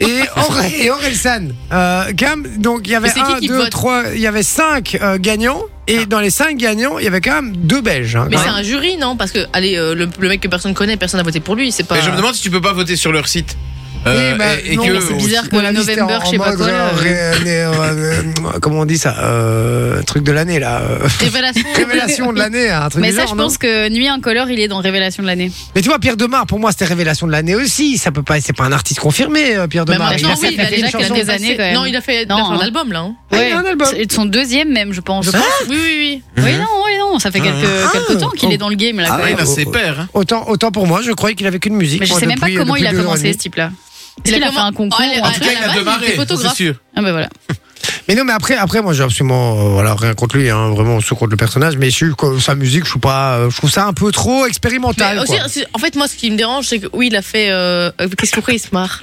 [SPEAKER 2] et, Aurel, et Orelsan. Euh, Cam, donc il y avait
[SPEAKER 3] Mais c'est qui
[SPEAKER 2] un,
[SPEAKER 3] qui
[SPEAKER 2] deux,
[SPEAKER 3] vote Ah.
[SPEAKER 2] trois, il y avait cinq euh, gagnants et dans les cinq gagnants, il y avait quand même deux Belges. hein,
[SPEAKER 3] Mais
[SPEAKER 2] quand
[SPEAKER 3] c'est
[SPEAKER 2] même.
[SPEAKER 3] un jury, non Parce que, allez, euh, le, le mec que personne connaît, personne n'a voté pour lui, c'est pas.
[SPEAKER 5] Mais je me demande si tu peux pas voter sur leur site. Euh,
[SPEAKER 2] Oui, bah,
[SPEAKER 5] et- et
[SPEAKER 2] non,
[SPEAKER 5] que-
[SPEAKER 2] c'est
[SPEAKER 4] bizarre que
[SPEAKER 2] Moi, la liste est en-
[SPEAKER 4] November,
[SPEAKER 2] en
[SPEAKER 4] je sais pas
[SPEAKER 2] mode,
[SPEAKER 4] quoi, là,
[SPEAKER 2] euh, euh, euh, Comment on dit ça euh, Truc de l'année là. euh,
[SPEAKER 3] Révélation.
[SPEAKER 2] Révélation de l'année, hein, un truc
[SPEAKER 4] Mais
[SPEAKER 2] du
[SPEAKER 4] ça,
[SPEAKER 2] genre,
[SPEAKER 4] je
[SPEAKER 2] non
[SPEAKER 4] pense que Nuit incolore, il est dans Révélation de l'année.
[SPEAKER 2] Mais tu vois, Pierre Demar, pour moi, c'était révélation de l'année aussi. Ça peut pas, c'est pas un artiste confirmé, euh, Pierre
[SPEAKER 3] Mais
[SPEAKER 2] Demar.
[SPEAKER 3] maintenant,
[SPEAKER 2] Il a
[SPEAKER 3] oui,
[SPEAKER 2] fait
[SPEAKER 3] il a
[SPEAKER 2] quelques
[SPEAKER 3] déjà
[SPEAKER 2] chansons.
[SPEAKER 4] quelques années, quand même.
[SPEAKER 3] Non, il a fait
[SPEAKER 4] Non,
[SPEAKER 3] il a fait
[SPEAKER 4] hein.
[SPEAKER 3] un album là. hein.
[SPEAKER 2] Ah, il a un album. Mhm.
[SPEAKER 4] C'est son deuxième même, je pense.
[SPEAKER 3] Oui, oui, oui.
[SPEAKER 4] Oui, non, oui, non, ça fait quelques, quelques temps qu'il est dans le game là.
[SPEAKER 2] Ah,
[SPEAKER 4] quand
[SPEAKER 5] Ouais,
[SPEAKER 4] même.
[SPEAKER 5] il a ses pairs. hein.
[SPEAKER 2] Autant, autant pour moi, je croyais qu'il avait qu'une musique.
[SPEAKER 4] Mais je
[SPEAKER 2] moi,
[SPEAKER 4] sais même pas
[SPEAKER 2] depuis-
[SPEAKER 4] comment
[SPEAKER 2] depuis
[SPEAKER 4] il a
[SPEAKER 2] deux ans et
[SPEAKER 4] commencé
[SPEAKER 2] demi.
[SPEAKER 4] ce type-là. Est-ce qu'il a fait
[SPEAKER 3] comment-
[SPEAKER 4] un concours
[SPEAKER 3] Oh, elle-
[SPEAKER 4] ou
[SPEAKER 5] En
[SPEAKER 4] un
[SPEAKER 3] Ah,
[SPEAKER 5] tout
[SPEAKER 4] truc
[SPEAKER 5] cas, il a
[SPEAKER 3] à la base, il était
[SPEAKER 5] démarré, ça, c'est
[SPEAKER 3] photographe.
[SPEAKER 5] sûr.
[SPEAKER 4] Ah bah voilà.
[SPEAKER 2] Mais non, mais après, après, moi, j'ai absolument, euh, voilà, rien contre lui, hein, vraiment, ce contre le personnage, mais je suis, quoi, sa musique, je suis pas, euh, je trouve ça un peu trop
[SPEAKER 3] Mais
[SPEAKER 2] expérimental.
[SPEAKER 3] aussi,
[SPEAKER 2] quoi.
[SPEAKER 3] c'est- en fait, moi, ce qui me dérange, c'est que oui, il a fait. euh, euh, Qu'est-ce pourquoi il se marre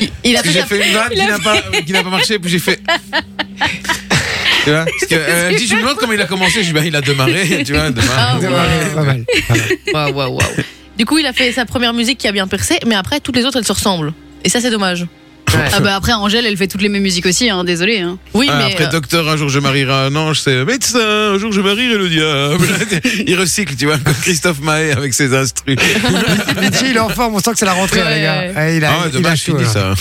[SPEAKER 3] il, il
[SPEAKER 5] Parce
[SPEAKER 3] a
[SPEAKER 5] que
[SPEAKER 3] fait.
[SPEAKER 5] j'ai
[SPEAKER 3] la-
[SPEAKER 5] fait une vanne qui n'a pas, qui n'a pas marché, puis j'ai fait. tu vois Parce que, euh, elle dit, je me demande comment il a commencé. Je dis, bah, il a démarré, tu vois,
[SPEAKER 3] Ah,
[SPEAKER 5] démarré.
[SPEAKER 3] ouais.
[SPEAKER 2] Ouais, pas mal. Pas mal.
[SPEAKER 3] Waouh, waouh, waouh. Du coup, il a fait sa première musique qui a bien percé, mais après, toutes les autres, elles se ressemblent. Et ça, c'est dommage.
[SPEAKER 4] Ah bah après, Angèle, elle fait toutes les mêmes musiques aussi, hein, désolé. Hein.
[SPEAKER 3] Oui,
[SPEAKER 5] Ah,
[SPEAKER 3] mais.
[SPEAKER 5] après,
[SPEAKER 3] euh,
[SPEAKER 5] docteur, un jour je marierai un ange, c'est médecin, un jour je marierai le diable. il recycle, tu vois, comme Christophe Maé avec ses instrus.
[SPEAKER 2] Pitchy, il est en forme, on sent que c'est la rentrée,
[SPEAKER 4] Ouais,
[SPEAKER 2] les
[SPEAKER 4] ouais,
[SPEAKER 2] gars.
[SPEAKER 4] ouais.
[SPEAKER 2] Ouais, il a, hein.
[SPEAKER 5] Ah ouais,
[SPEAKER 2] il a
[SPEAKER 5] dommage,
[SPEAKER 2] chaud,
[SPEAKER 5] fini
[SPEAKER 2] là.
[SPEAKER 5] ça.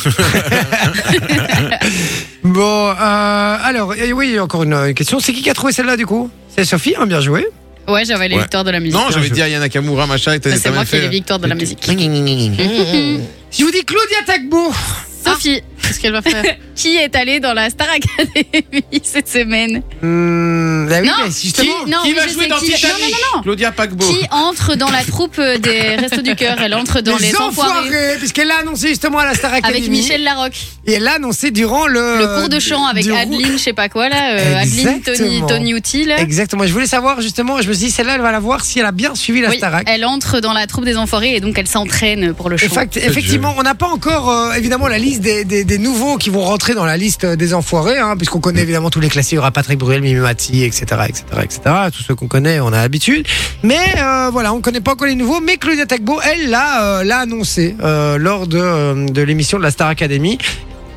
[SPEAKER 2] Bon, euh, alors, eh oui, encore une, une question. C'est qui qui a trouvé celle-là, du coup C'est Sophie, hein, bien joué.
[SPEAKER 4] Ouais, j'avais les
[SPEAKER 5] Ouais.
[SPEAKER 4] victoires de la musique.
[SPEAKER 5] Non, j'avais
[SPEAKER 2] je-
[SPEAKER 5] dit Ayana Kamura, machin, et t'as
[SPEAKER 4] Ça,
[SPEAKER 5] t'as
[SPEAKER 4] C'est moi
[SPEAKER 5] même
[SPEAKER 4] qui ai les
[SPEAKER 5] fait.
[SPEAKER 4] victoires de la musique.
[SPEAKER 2] Je vous dis Claudia Tagbourg.
[SPEAKER 4] Ah. Sophie,
[SPEAKER 3] Qu'est-ce qu'elle va faire
[SPEAKER 4] qui est allée dans la Star Academy cette semaine
[SPEAKER 2] Hum, bah oui,
[SPEAKER 4] Non,
[SPEAKER 2] mais justement.
[SPEAKER 4] non,
[SPEAKER 5] qui
[SPEAKER 4] mais
[SPEAKER 5] va
[SPEAKER 4] je
[SPEAKER 5] jouer
[SPEAKER 4] sais
[SPEAKER 5] dans
[SPEAKER 4] qui-
[SPEAKER 5] Titanic
[SPEAKER 4] Non, non, non, non.
[SPEAKER 5] Claudia Pagbo.
[SPEAKER 4] Qui entre dans la troupe euh, des Restos du Cœur Elle entre dans les, enfoirés.
[SPEAKER 2] puisqu'elle l'a annoncé justement à la Star Academy.
[SPEAKER 4] Avec Michel Larocque.
[SPEAKER 2] Et elle l'a annoncé durant le.
[SPEAKER 4] Le cours de chant avec
[SPEAKER 2] durant-
[SPEAKER 4] Adeline, je sais pas quoi là. euh, Adeline, Tony,
[SPEAKER 2] Exactement.
[SPEAKER 4] Tony Uti là.
[SPEAKER 2] Exactement. Je voulais savoir justement, je me suis dit, celle-là, elle va la voir si elle a bien suivi la
[SPEAKER 4] Oui,
[SPEAKER 2] Starac.
[SPEAKER 4] elle entre dans la troupe des enfoirés et donc elle s'entraîne pour le
[SPEAKER 2] Et
[SPEAKER 4] chant.
[SPEAKER 2] fact- effectivement, on n'a pas encore euh, évidemment la liste des, des- des nouveaux qui vont rentrer dans la liste euh, des enfoirés, hein, puisqu'on connaît évidemment tous les classiques. Il y aura Patrick Bruel, Mimi Mati, etc., etc., etc. Tous ceux qu'on connaît, on a l'habitude. Mais euh, voilà, on ne connaît pas encore les nouveaux. Mais Claudia Tagbo, elle l'a euh, l'a annoncé euh, lors de, euh, de l'émission de la Star Academy.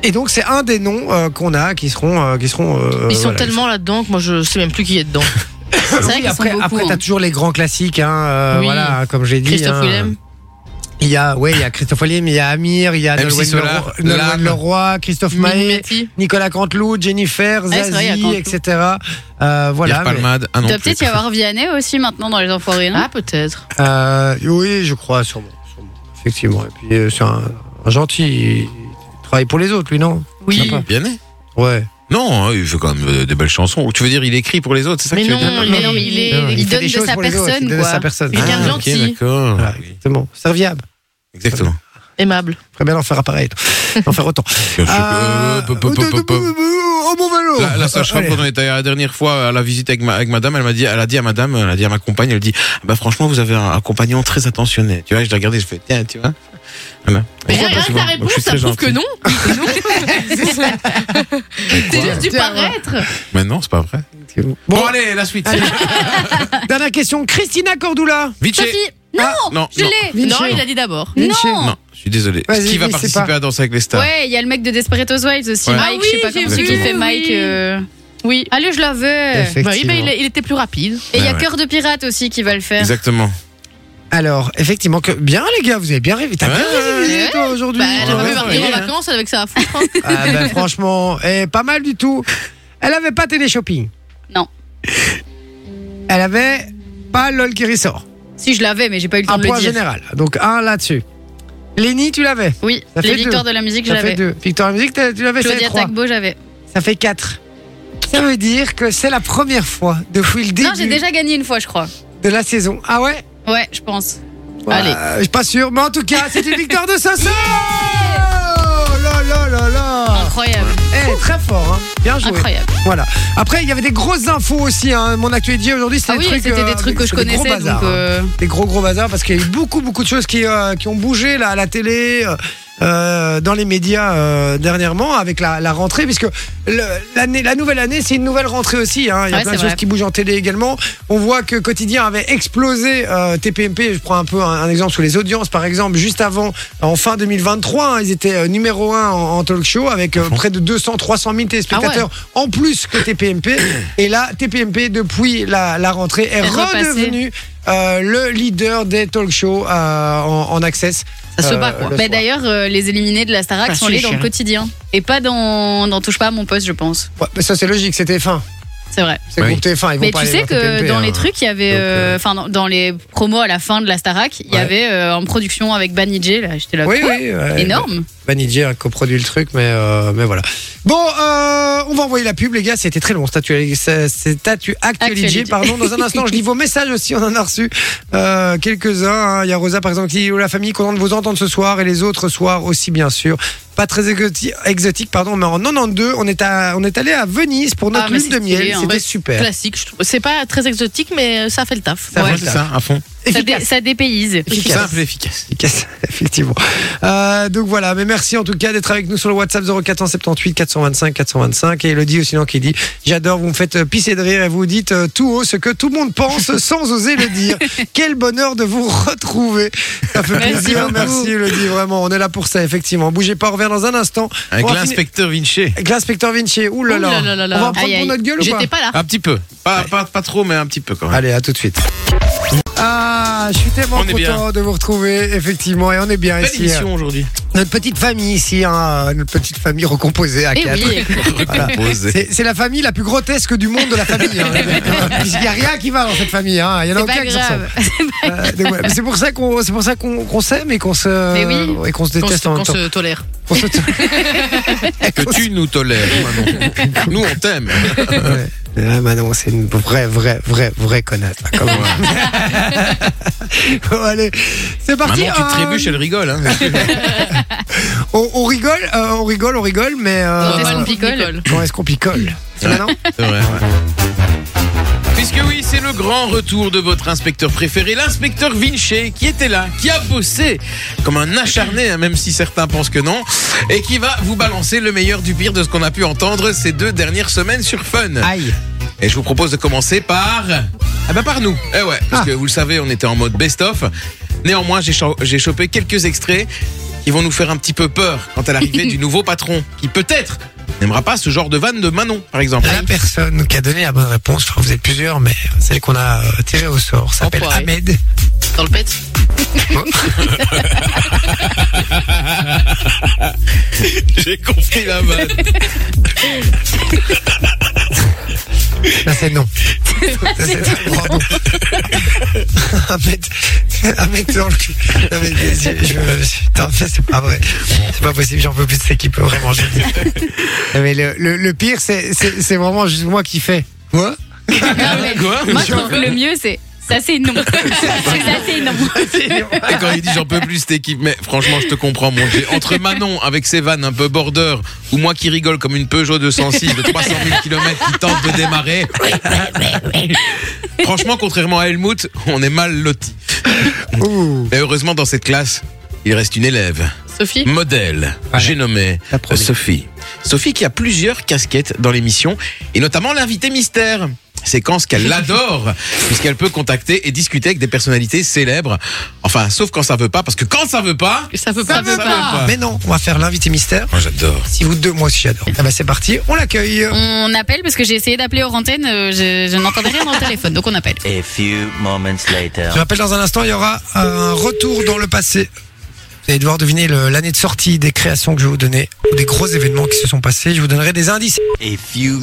[SPEAKER 2] Et donc c'est un des noms euh, qu'on a qui seront euh, qui seront. euh,
[SPEAKER 3] Ils sont
[SPEAKER 2] voilà,
[SPEAKER 3] tellement là-dedans que moi je sais même plus qui est dedans.
[SPEAKER 4] c'est vrai
[SPEAKER 2] Oui,
[SPEAKER 4] qu'ils sont
[SPEAKER 2] après,
[SPEAKER 4] beaucoup.
[SPEAKER 2] après, t'as
[SPEAKER 4] hein.
[SPEAKER 2] toujours les grands classiques, hein, euh,
[SPEAKER 3] Oui.
[SPEAKER 2] voilà, hein, comme j'ai dit.
[SPEAKER 3] Christophe
[SPEAKER 5] euh,
[SPEAKER 2] hein.
[SPEAKER 3] Willem.
[SPEAKER 2] Il y a, ouais, il y a Christophe Willem, il y a Amir, il y a
[SPEAKER 5] MC
[SPEAKER 2] Nolwenn
[SPEAKER 5] Solar,
[SPEAKER 2] Leroy, Nolwenn
[SPEAKER 5] Lame.
[SPEAKER 2] Leroy, Christophe Maé,
[SPEAKER 3] Mimimati.
[SPEAKER 2] Nicolas Canteloup, Jennifer,
[SPEAKER 4] c'est vrai, il y a
[SPEAKER 2] Zazie,
[SPEAKER 4] Canteloup.
[SPEAKER 2] etc. Euh, voilà.
[SPEAKER 5] Pierre Palmade, ah non.
[SPEAKER 4] Il doit
[SPEAKER 5] plus.
[SPEAKER 4] peut-être y avoir Vianney aussi maintenant dans les enfoirés. non
[SPEAKER 3] Ah, peut-être.
[SPEAKER 2] mais, euh, oui, je crois, sûrement. sûrement, effectivement. Et puis, euh, c'est un, un gentil. Il travaille pour les autres, lui, non
[SPEAKER 3] Oui.
[SPEAKER 2] Sympa.
[SPEAKER 5] Bien né.
[SPEAKER 2] Ouais.
[SPEAKER 5] Non, hein, il fait quand même euh, des belles chansons. Tu veux dire, il écrit pour les autres, c'est ça
[SPEAKER 3] Mais
[SPEAKER 5] que tu veux
[SPEAKER 3] non,
[SPEAKER 5] dire
[SPEAKER 3] il est- non, mais il est-
[SPEAKER 2] Non,
[SPEAKER 4] il
[SPEAKER 2] fait
[SPEAKER 4] donne
[SPEAKER 2] des
[SPEAKER 4] de
[SPEAKER 2] choses
[SPEAKER 4] sa
[SPEAKER 2] pour les autres,
[SPEAKER 4] personne,
[SPEAKER 2] il donne de
[SPEAKER 4] quoi.
[SPEAKER 2] sa personne.
[SPEAKER 3] Il est bien
[SPEAKER 2] Ah,
[SPEAKER 5] ok,
[SPEAKER 3] gentil.
[SPEAKER 5] d'accord.
[SPEAKER 2] Voilà. Exactement. Serviable.
[SPEAKER 5] Exactement.
[SPEAKER 3] Aimable.
[SPEAKER 2] Très bien d'en faire pareil. D'en faire autant. Euh,
[SPEAKER 5] Euh, pop, pop, pop, pop, pop.
[SPEAKER 2] Oh mon vélo
[SPEAKER 5] La, la sage-femme,
[SPEAKER 2] Allez.
[SPEAKER 5] quand on était allé la dernière fois à la visite avec, ma, avec madame, elle m'a dit, elle a dit à madame, elle a dit à ma compagne, elle dit, bah franchement, vous avez un, un compagnon très attentionné. Tu vois, je l'ai regardé, je fais, tiens, tu vois. Voilà. Elle
[SPEAKER 3] Mais
[SPEAKER 5] dit,
[SPEAKER 3] rien
[SPEAKER 5] bah,
[SPEAKER 3] que
[SPEAKER 5] tu
[SPEAKER 3] ta
[SPEAKER 5] vois. Donc,
[SPEAKER 3] réponse,
[SPEAKER 5] je suis
[SPEAKER 3] ça
[SPEAKER 5] très
[SPEAKER 3] prouve que
[SPEAKER 5] gentil.
[SPEAKER 3] non. C'est juste du paraître.
[SPEAKER 5] Mais non, c'est pas vrai.
[SPEAKER 2] Bon,
[SPEAKER 5] Bon, allez, la suite.
[SPEAKER 2] dernière question. Christina Cordula.
[SPEAKER 5] Vite
[SPEAKER 4] Sophie Non
[SPEAKER 5] Ah, non,
[SPEAKER 4] Je
[SPEAKER 5] non.
[SPEAKER 4] l'ai
[SPEAKER 2] Vinci.
[SPEAKER 3] Non, il a dit d'abord.
[SPEAKER 2] Vinci.
[SPEAKER 4] Non
[SPEAKER 5] Non, je suis désolé.
[SPEAKER 2] Vas-y,
[SPEAKER 5] Qui va
[SPEAKER 2] mais c'est
[SPEAKER 5] participer
[SPEAKER 2] pas-
[SPEAKER 5] à Danser avec les stars
[SPEAKER 4] Ouais, il y a le mec de Desperate Housewives aussi,
[SPEAKER 5] Ouais.
[SPEAKER 4] Mike,
[SPEAKER 3] Ah
[SPEAKER 4] je sais pas
[SPEAKER 3] oui,
[SPEAKER 4] comment
[SPEAKER 5] j'ai
[SPEAKER 4] c'est
[SPEAKER 5] vu,
[SPEAKER 4] qui fait Mike.
[SPEAKER 3] oui.
[SPEAKER 4] euh,
[SPEAKER 3] Oui.
[SPEAKER 4] Allez, je la veux
[SPEAKER 3] Bah oui, bah, il, est- il était plus rapide.
[SPEAKER 4] Et il y a
[SPEAKER 5] Ouais, ouais.
[SPEAKER 4] Cœur de Pirate aussi qui va le faire.
[SPEAKER 5] Exactement.
[SPEAKER 2] Alors, effectivement, que... bien les gars, vous avez bien rêvé. T'as bien
[SPEAKER 5] Ouais.
[SPEAKER 2] révisé, toi, aujourd'hui.
[SPEAKER 3] Bah, elle
[SPEAKER 5] Ouais,
[SPEAKER 3] va
[SPEAKER 5] Ah, ouais,
[SPEAKER 3] même partir
[SPEAKER 5] ouais.
[SPEAKER 3] en vacances avec ça à foutre. hein.
[SPEAKER 2] Ah, bah, franchement, eh, pas mal du tout. Elle avait pas télé-shopping.
[SPEAKER 4] Non.
[SPEAKER 2] Elle avait pas LOL qui ressort.
[SPEAKER 4] Si, je l'avais, mais j'ai pas eu le temps
[SPEAKER 2] Un
[SPEAKER 4] de le
[SPEAKER 2] point
[SPEAKER 4] dire.
[SPEAKER 2] général. Donc, un là-dessus. Lenny, tu l'avais.
[SPEAKER 4] Oui,
[SPEAKER 2] Ça fait
[SPEAKER 4] les victoires
[SPEAKER 2] deux.
[SPEAKER 4] de la musique, je
[SPEAKER 2] Ça fait
[SPEAKER 4] l'avais.
[SPEAKER 2] deux. Victoria Music, t'as- tu l'avais, ça fait
[SPEAKER 4] Claudia
[SPEAKER 2] trois.
[SPEAKER 4] Tagbo, j'avais.
[SPEAKER 2] Ça fait quatre. Ça veut dire que c'est la première fois depuis le début
[SPEAKER 4] Non, j'ai déjà gagné une fois, je crois.
[SPEAKER 2] de la saison. Ah ouais
[SPEAKER 4] Ouais, je pense.
[SPEAKER 2] Voilà,
[SPEAKER 4] Allez.
[SPEAKER 2] euh, Je suis pas sûr, mais en tout cas, c'est une victoire de Soso Oh là là là là
[SPEAKER 4] Incroyable,
[SPEAKER 2] Eh, Très fort, hein. bien joué.
[SPEAKER 4] incroyable.
[SPEAKER 2] Voilà. Après, il y avait des grosses infos aussi. Hein. Mon actualité aujourd'hui, c'était
[SPEAKER 4] Ah
[SPEAKER 2] des
[SPEAKER 4] oui,
[SPEAKER 2] trucs.
[SPEAKER 4] c'était
[SPEAKER 2] euh,
[SPEAKER 4] des trucs que je
[SPEAKER 2] c'était des gros
[SPEAKER 4] connaissais,
[SPEAKER 2] bazars,
[SPEAKER 4] donc...
[SPEAKER 2] hein.
[SPEAKER 4] euh,
[SPEAKER 2] Des gros gros bazars parce qu'il y a eu beaucoup beaucoup de choses qui, euh, qui ont bougé là à la télé, euh, euh, dans les médias euh, dernièrement avec la, la rentrée puisque le- l'année la nouvelle année c'est une nouvelle rentrée aussi. hein. Il y a plein
[SPEAKER 4] Ouais, c'est
[SPEAKER 2] de choses
[SPEAKER 4] vrai.
[SPEAKER 2] qui bougent en télé également. On voit que quotidien avait explosé euh, TPMP. Je prends un peu un, un exemple sur les audiences par exemple juste avant en fin 2023 hein, ils étaient euh, numéro un en, en talk show avec euh, près de 200 300 000
[SPEAKER 4] Ah
[SPEAKER 2] téléspectateurs en plus que TPMP. Et là TPMP depuis la, la rentrée est
[SPEAKER 4] Est repassé.
[SPEAKER 2] redevenu euh, le leader des talk shows euh, en, en access.
[SPEAKER 3] Ça se bat, quoi.
[SPEAKER 2] le
[SPEAKER 4] Bah
[SPEAKER 2] soir.
[SPEAKER 4] d'ailleurs, euh, les éliminés de la Starac
[SPEAKER 2] Pas
[SPEAKER 4] sont les
[SPEAKER 2] sûr,
[SPEAKER 4] dans le
[SPEAKER 2] chérie.
[SPEAKER 4] quotidien. Et pas dans, dans Touche pas à mon poste, je pense.
[SPEAKER 2] Ouais, mais ça c'est logique, c'est TF1.
[SPEAKER 4] C'est vrai.
[SPEAKER 2] C'est
[SPEAKER 5] Oui.
[SPEAKER 2] groupe TF1, ils vont
[SPEAKER 4] Mais
[SPEAKER 2] pas
[SPEAKER 4] tu
[SPEAKER 2] aller
[SPEAKER 4] sais
[SPEAKER 2] voir
[SPEAKER 4] que
[SPEAKER 2] TPMP,
[SPEAKER 4] dans
[SPEAKER 2] hein.
[SPEAKER 4] les trucs, il y avait.
[SPEAKER 2] Donc, euh,
[SPEAKER 4] euh, Enfin, dans- dans les promos à la fin de la Starac, il y
[SPEAKER 2] Ouais.
[SPEAKER 4] avait euh, en production avec Banijé, là. J'étais là.
[SPEAKER 2] Oui,
[SPEAKER 4] quoi
[SPEAKER 2] oui. ouais.
[SPEAKER 4] Énorme.
[SPEAKER 2] Vanity a coproduit le truc, mais, euh, mais voilà. Bon, euh, on va envoyer la pub, les gars. C'était très long. Statu, c'est- c'est Statu Actualité,
[SPEAKER 4] Actualité.
[SPEAKER 2] pardon. Dans un instant, je lis vos messages aussi. On en a reçu euh, quelques-uns. hein. Il y a Rosa, par exemple, qui dit La famille, content de vous entendre ce soir et les autres soirs aussi, bien sûr. Pas très exoti- exotique, pardon, mais en 92, on est, à, on est allé à Venise pour notre
[SPEAKER 4] Ah, mais
[SPEAKER 2] lune
[SPEAKER 4] c'est
[SPEAKER 2] de
[SPEAKER 4] stylé,
[SPEAKER 2] miel.
[SPEAKER 4] hein.
[SPEAKER 2] C'était
[SPEAKER 3] Ouais,
[SPEAKER 2] super.
[SPEAKER 3] Classique, je trouve. C'est pas très exotique, mais euh, ça fait le taf.
[SPEAKER 2] Ça
[SPEAKER 5] Ouais,
[SPEAKER 2] va,
[SPEAKER 5] c'est ça, à fond.
[SPEAKER 4] Ça,
[SPEAKER 2] Efficace.
[SPEAKER 4] dé- ça dépayse.
[SPEAKER 2] Efficace.
[SPEAKER 5] Simple et efficace.
[SPEAKER 2] efficace, effectivement. Euh, donc voilà, mais merci en tout cas d'être avec nous sur le WhatsApp 0478 425 425. Et Elodie aussi, non, qui dit J'adore, vous me faites euh, pisser de rire et vous dites euh, tout haut ce que tout le monde pense sans oser le dire. Quel bonheur de vous retrouver. Ça fait
[SPEAKER 4] Merci
[SPEAKER 2] plaisir,
[SPEAKER 4] beaucoup.
[SPEAKER 2] merci Elodie, vraiment. On est là pour ça, effectivement. Bougez pas, on revient dans un instant.
[SPEAKER 5] Avec
[SPEAKER 2] On va finir-
[SPEAKER 5] l'inspecteur Vinci.
[SPEAKER 2] Avec l'inspecteur Vinci. Ouh là
[SPEAKER 3] Ouh
[SPEAKER 2] là.
[SPEAKER 3] là là là là.
[SPEAKER 2] On va en prendre
[SPEAKER 4] Aïe,
[SPEAKER 2] pour
[SPEAKER 4] aïe.
[SPEAKER 2] notre gueule ou pas
[SPEAKER 3] J'étais pas là.
[SPEAKER 5] Un petit peu. Pas, pas, pas trop, mais un petit peu quand même.
[SPEAKER 2] Allez, à tout de suite. Ah, je suis tellement
[SPEAKER 5] On est
[SPEAKER 2] content
[SPEAKER 5] bien.
[SPEAKER 2] de vous retrouver, effectivement, et on est bien
[SPEAKER 5] Belle
[SPEAKER 2] ici. euh,
[SPEAKER 5] émission aujourd'hui.
[SPEAKER 2] notre petite famille ici, hein, notre petite famille recomposée à
[SPEAKER 4] Et
[SPEAKER 2] quatre.
[SPEAKER 4] Eh oui,
[SPEAKER 5] Recomposer.
[SPEAKER 2] C'est c'est la famille la plus grotesque du monde de la famille. hein. Il n'y a rien qui va dans cette famille. hein. Il y en a
[SPEAKER 4] c'est
[SPEAKER 2] aucun
[SPEAKER 4] pas
[SPEAKER 2] qui s'en sort.
[SPEAKER 4] grave.
[SPEAKER 2] Euh, donc voilà. Mais C'est pour ça qu'on c'est pour ça qu'on qu'on s'aime et qu'on
[SPEAKER 4] Mais
[SPEAKER 2] se
[SPEAKER 4] oui.
[SPEAKER 2] et qu'on se
[SPEAKER 3] Qu'on se-
[SPEAKER 2] déteste en
[SPEAKER 3] qu'on
[SPEAKER 2] même temps.
[SPEAKER 3] se tolère.
[SPEAKER 2] Qu'on se-
[SPEAKER 5] que tu nous tolères. Manon. Nous, on t'aime.
[SPEAKER 2] Ouais. Ah, Manon, c'est une vraie, vraie, vraie, vraie connasse. hein, quand même. Bon, allez, c'est parti.
[SPEAKER 5] Manon, tu
[SPEAKER 2] euh,
[SPEAKER 5] trébuches, elle rigole. hein.
[SPEAKER 2] on, on rigole, euh, on rigole, on rigole, mais euh,
[SPEAKER 4] Quand est-ce qu'on
[SPEAKER 3] Voilà.
[SPEAKER 4] picole
[SPEAKER 2] comment est-ce qu'on picole C'est maintenant
[SPEAKER 5] C'est vrai, ouais. Puisque oui, c'est le grand retour de votre inspecteur préféré, l'inspecteur Vinci, qui était là, qui a bossé comme un acharné, hein, même si certains pensent que non, et qui va vous balancer le meilleur du pire de ce qu'on a pu entendre ces deux dernières semaines sur Fun.
[SPEAKER 2] Aïe.
[SPEAKER 5] Et je vous propose de commencer par. Ah bah par nous. Eh ouais, parce
[SPEAKER 2] Ah.
[SPEAKER 5] que vous le savez, on était en mode best-of. Néanmoins, j'ai cho- j'ai chopé quelques extraits qui vont nous faire un petit peu peur quant à l'arrivée du nouveau patron, qui peut-être n'aimera pas ce genre de vanne de Manon, par exemple.
[SPEAKER 2] La personne qui a donné la bonne réponse, je crois que vous êtes plusieurs, mais celle qu'on a euh, tirée au sort s'appelle
[SPEAKER 3] Enfoiré.
[SPEAKER 2] Ahmed.
[SPEAKER 3] Dans le pet
[SPEAKER 5] J'ai compris la vanne.
[SPEAKER 2] Là, c'est non. Ça, c'est bravo. Ahmed, Ahmed dans le cul. Non, mais, je, je- je- putain, ça, c'est pas vrai. C'est pas possible, j'en peux plus de cette équipe, vraiment. je le dis. Non, mais le, le- le pire, c'est- c'est c'est vraiment juste moi qui fais. Quoi
[SPEAKER 4] Ah
[SPEAKER 5] Quoi
[SPEAKER 4] Moi, je trouve que le mieux, c'est ça, c'est non. ça, c'est non.
[SPEAKER 5] Et quand il dit j'en peux plus cette équipe, mais franchement je te comprends mon Dieu. Entre Manon avec ses vannes un peu border ou moi qui rigole comme une Peugeot 206 de 300 000 km qui tente de démarrer. Franchement contrairement à Helmut, on est mal loti.
[SPEAKER 2] Ouh,
[SPEAKER 5] Mais heureusement dans cette classe, il reste une élève.
[SPEAKER 3] Sophie
[SPEAKER 5] Modèle,
[SPEAKER 2] Voilà.
[SPEAKER 5] j'ai nommé euh,
[SPEAKER 2] La première.
[SPEAKER 5] Sophie. Sophie qui a plusieurs casquettes dans l'émission et notamment l'invité mystère. Séquence qu'elle adore puisqu'elle peut contacter et discuter avec des personnalités célèbres. Enfin, sauf quand ça veut pas, parce que quand ça veut pas,
[SPEAKER 3] Ça peut
[SPEAKER 5] ça
[SPEAKER 3] pas.
[SPEAKER 5] veut pas.
[SPEAKER 2] Mais non, on va faire l'invité mystère.
[SPEAKER 5] Moi j'adore.
[SPEAKER 2] Si vous deux, moi aussi j'adore. Ah bah c'est parti, on l'accueille.
[SPEAKER 4] On appelle parce que j'ai essayé d'appeler aux antennes, euh, je, je n'entendais rien dans le téléphone, donc on appelle.
[SPEAKER 8] A few moments later.
[SPEAKER 2] Je rappelle dans un instant, il y aura un retour dans le passé. Vous allez devoir deviner le- l'année de sortie des créations que je vais vous donner, ou des gros événements qui se sont passés. Je vous donnerai des indices.
[SPEAKER 8] A few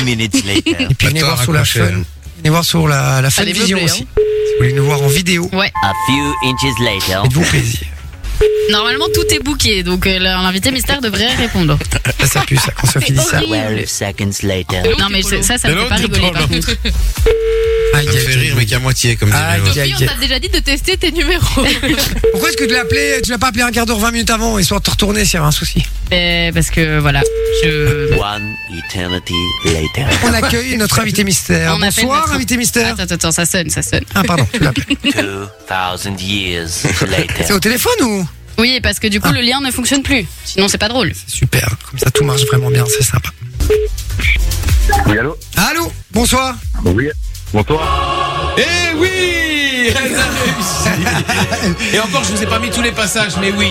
[SPEAKER 8] minutes later.
[SPEAKER 2] Et puis venez
[SPEAKER 5] Pas
[SPEAKER 2] voir
[SPEAKER 5] tard
[SPEAKER 2] sur
[SPEAKER 5] à
[SPEAKER 2] la
[SPEAKER 5] coucher,
[SPEAKER 2] fun.
[SPEAKER 5] hein.
[SPEAKER 2] Venez voir sur la, la fun
[SPEAKER 3] Allez,
[SPEAKER 2] vision
[SPEAKER 3] meublé,
[SPEAKER 2] aussi. Si vous voulez nous voir en vidéo,
[SPEAKER 8] A few inches later.
[SPEAKER 2] faites-vous plaisir.
[SPEAKER 4] Normalement, tout est booké, donc euh, l'invité mystère devrait répondre.
[SPEAKER 2] Ça, ça pue, ça, quand Sophie dit ça. Aïe,
[SPEAKER 8] 12 seconds later.
[SPEAKER 4] Non, mais c'est- ça, ça me
[SPEAKER 5] Hello,
[SPEAKER 4] fait pas
[SPEAKER 5] tu
[SPEAKER 4] rigoler.
[SPEAKER 5] parles.
[SPEAKER 4] Par contre.
[SPEAKER 2] aïe,
[SPEAKER 5] Ça me fait
[SPEAKER 2] aïe.
[SPEAKER 5] rire, mais qu'à moitié, comme dirait
[SPEAKER 2] Aïe,
[SPEAKER 5] l'autre.
[SPEAKER 2] aïe, aïe.
[SPEAKER 3] déjà dit de tester tes numéros.
[SPEAKER 2] Pourquoi est-ce que tu l'as appelé, tu l'as pas appelé un quart d'heure, 20 minutes avant, histoire de te retourner s'il y avait un souci?
[SPEAKER 4] Euh, parce que voilà, je.
[SPEAKER 8] One eternity later.
[SPEAKER 2] On accueille notre invité mystère.
[SPEAKER 4] On appelle
[SPEAKER 2] Bonsoir,
[SPEAKER 4] notre-
[SPEAKER 2] invité mystère.
[SPEAKER 4] Attends, attends, ça sonne, ça sonne.
[SPEAKER 2] Ah, pardon, tu l'appelles.
[SPEAKER 8] 2000 years
[SPEAKER 2] C'est
[SPEAKER 8] later.
[SPEAKER 2] au téléphone ou?
[SPEAKER 4] Oui, parce que du coup, le lien ne fonctionne plus. Sinon, c'est pas drôle.
[SPEAKER 2] Super, comme ça tout marche vraiment bien, c'est sympa.
[SPEAKER 7] Oui, allô
[SPEAKER 2] Allô, bonsoir.
[SPEAKER 7] Oui. Bonsoir.
[SPEAKER 5] Eh oui Elle a réussi Et encore, je vous ai pas mis tous les passages, mais oui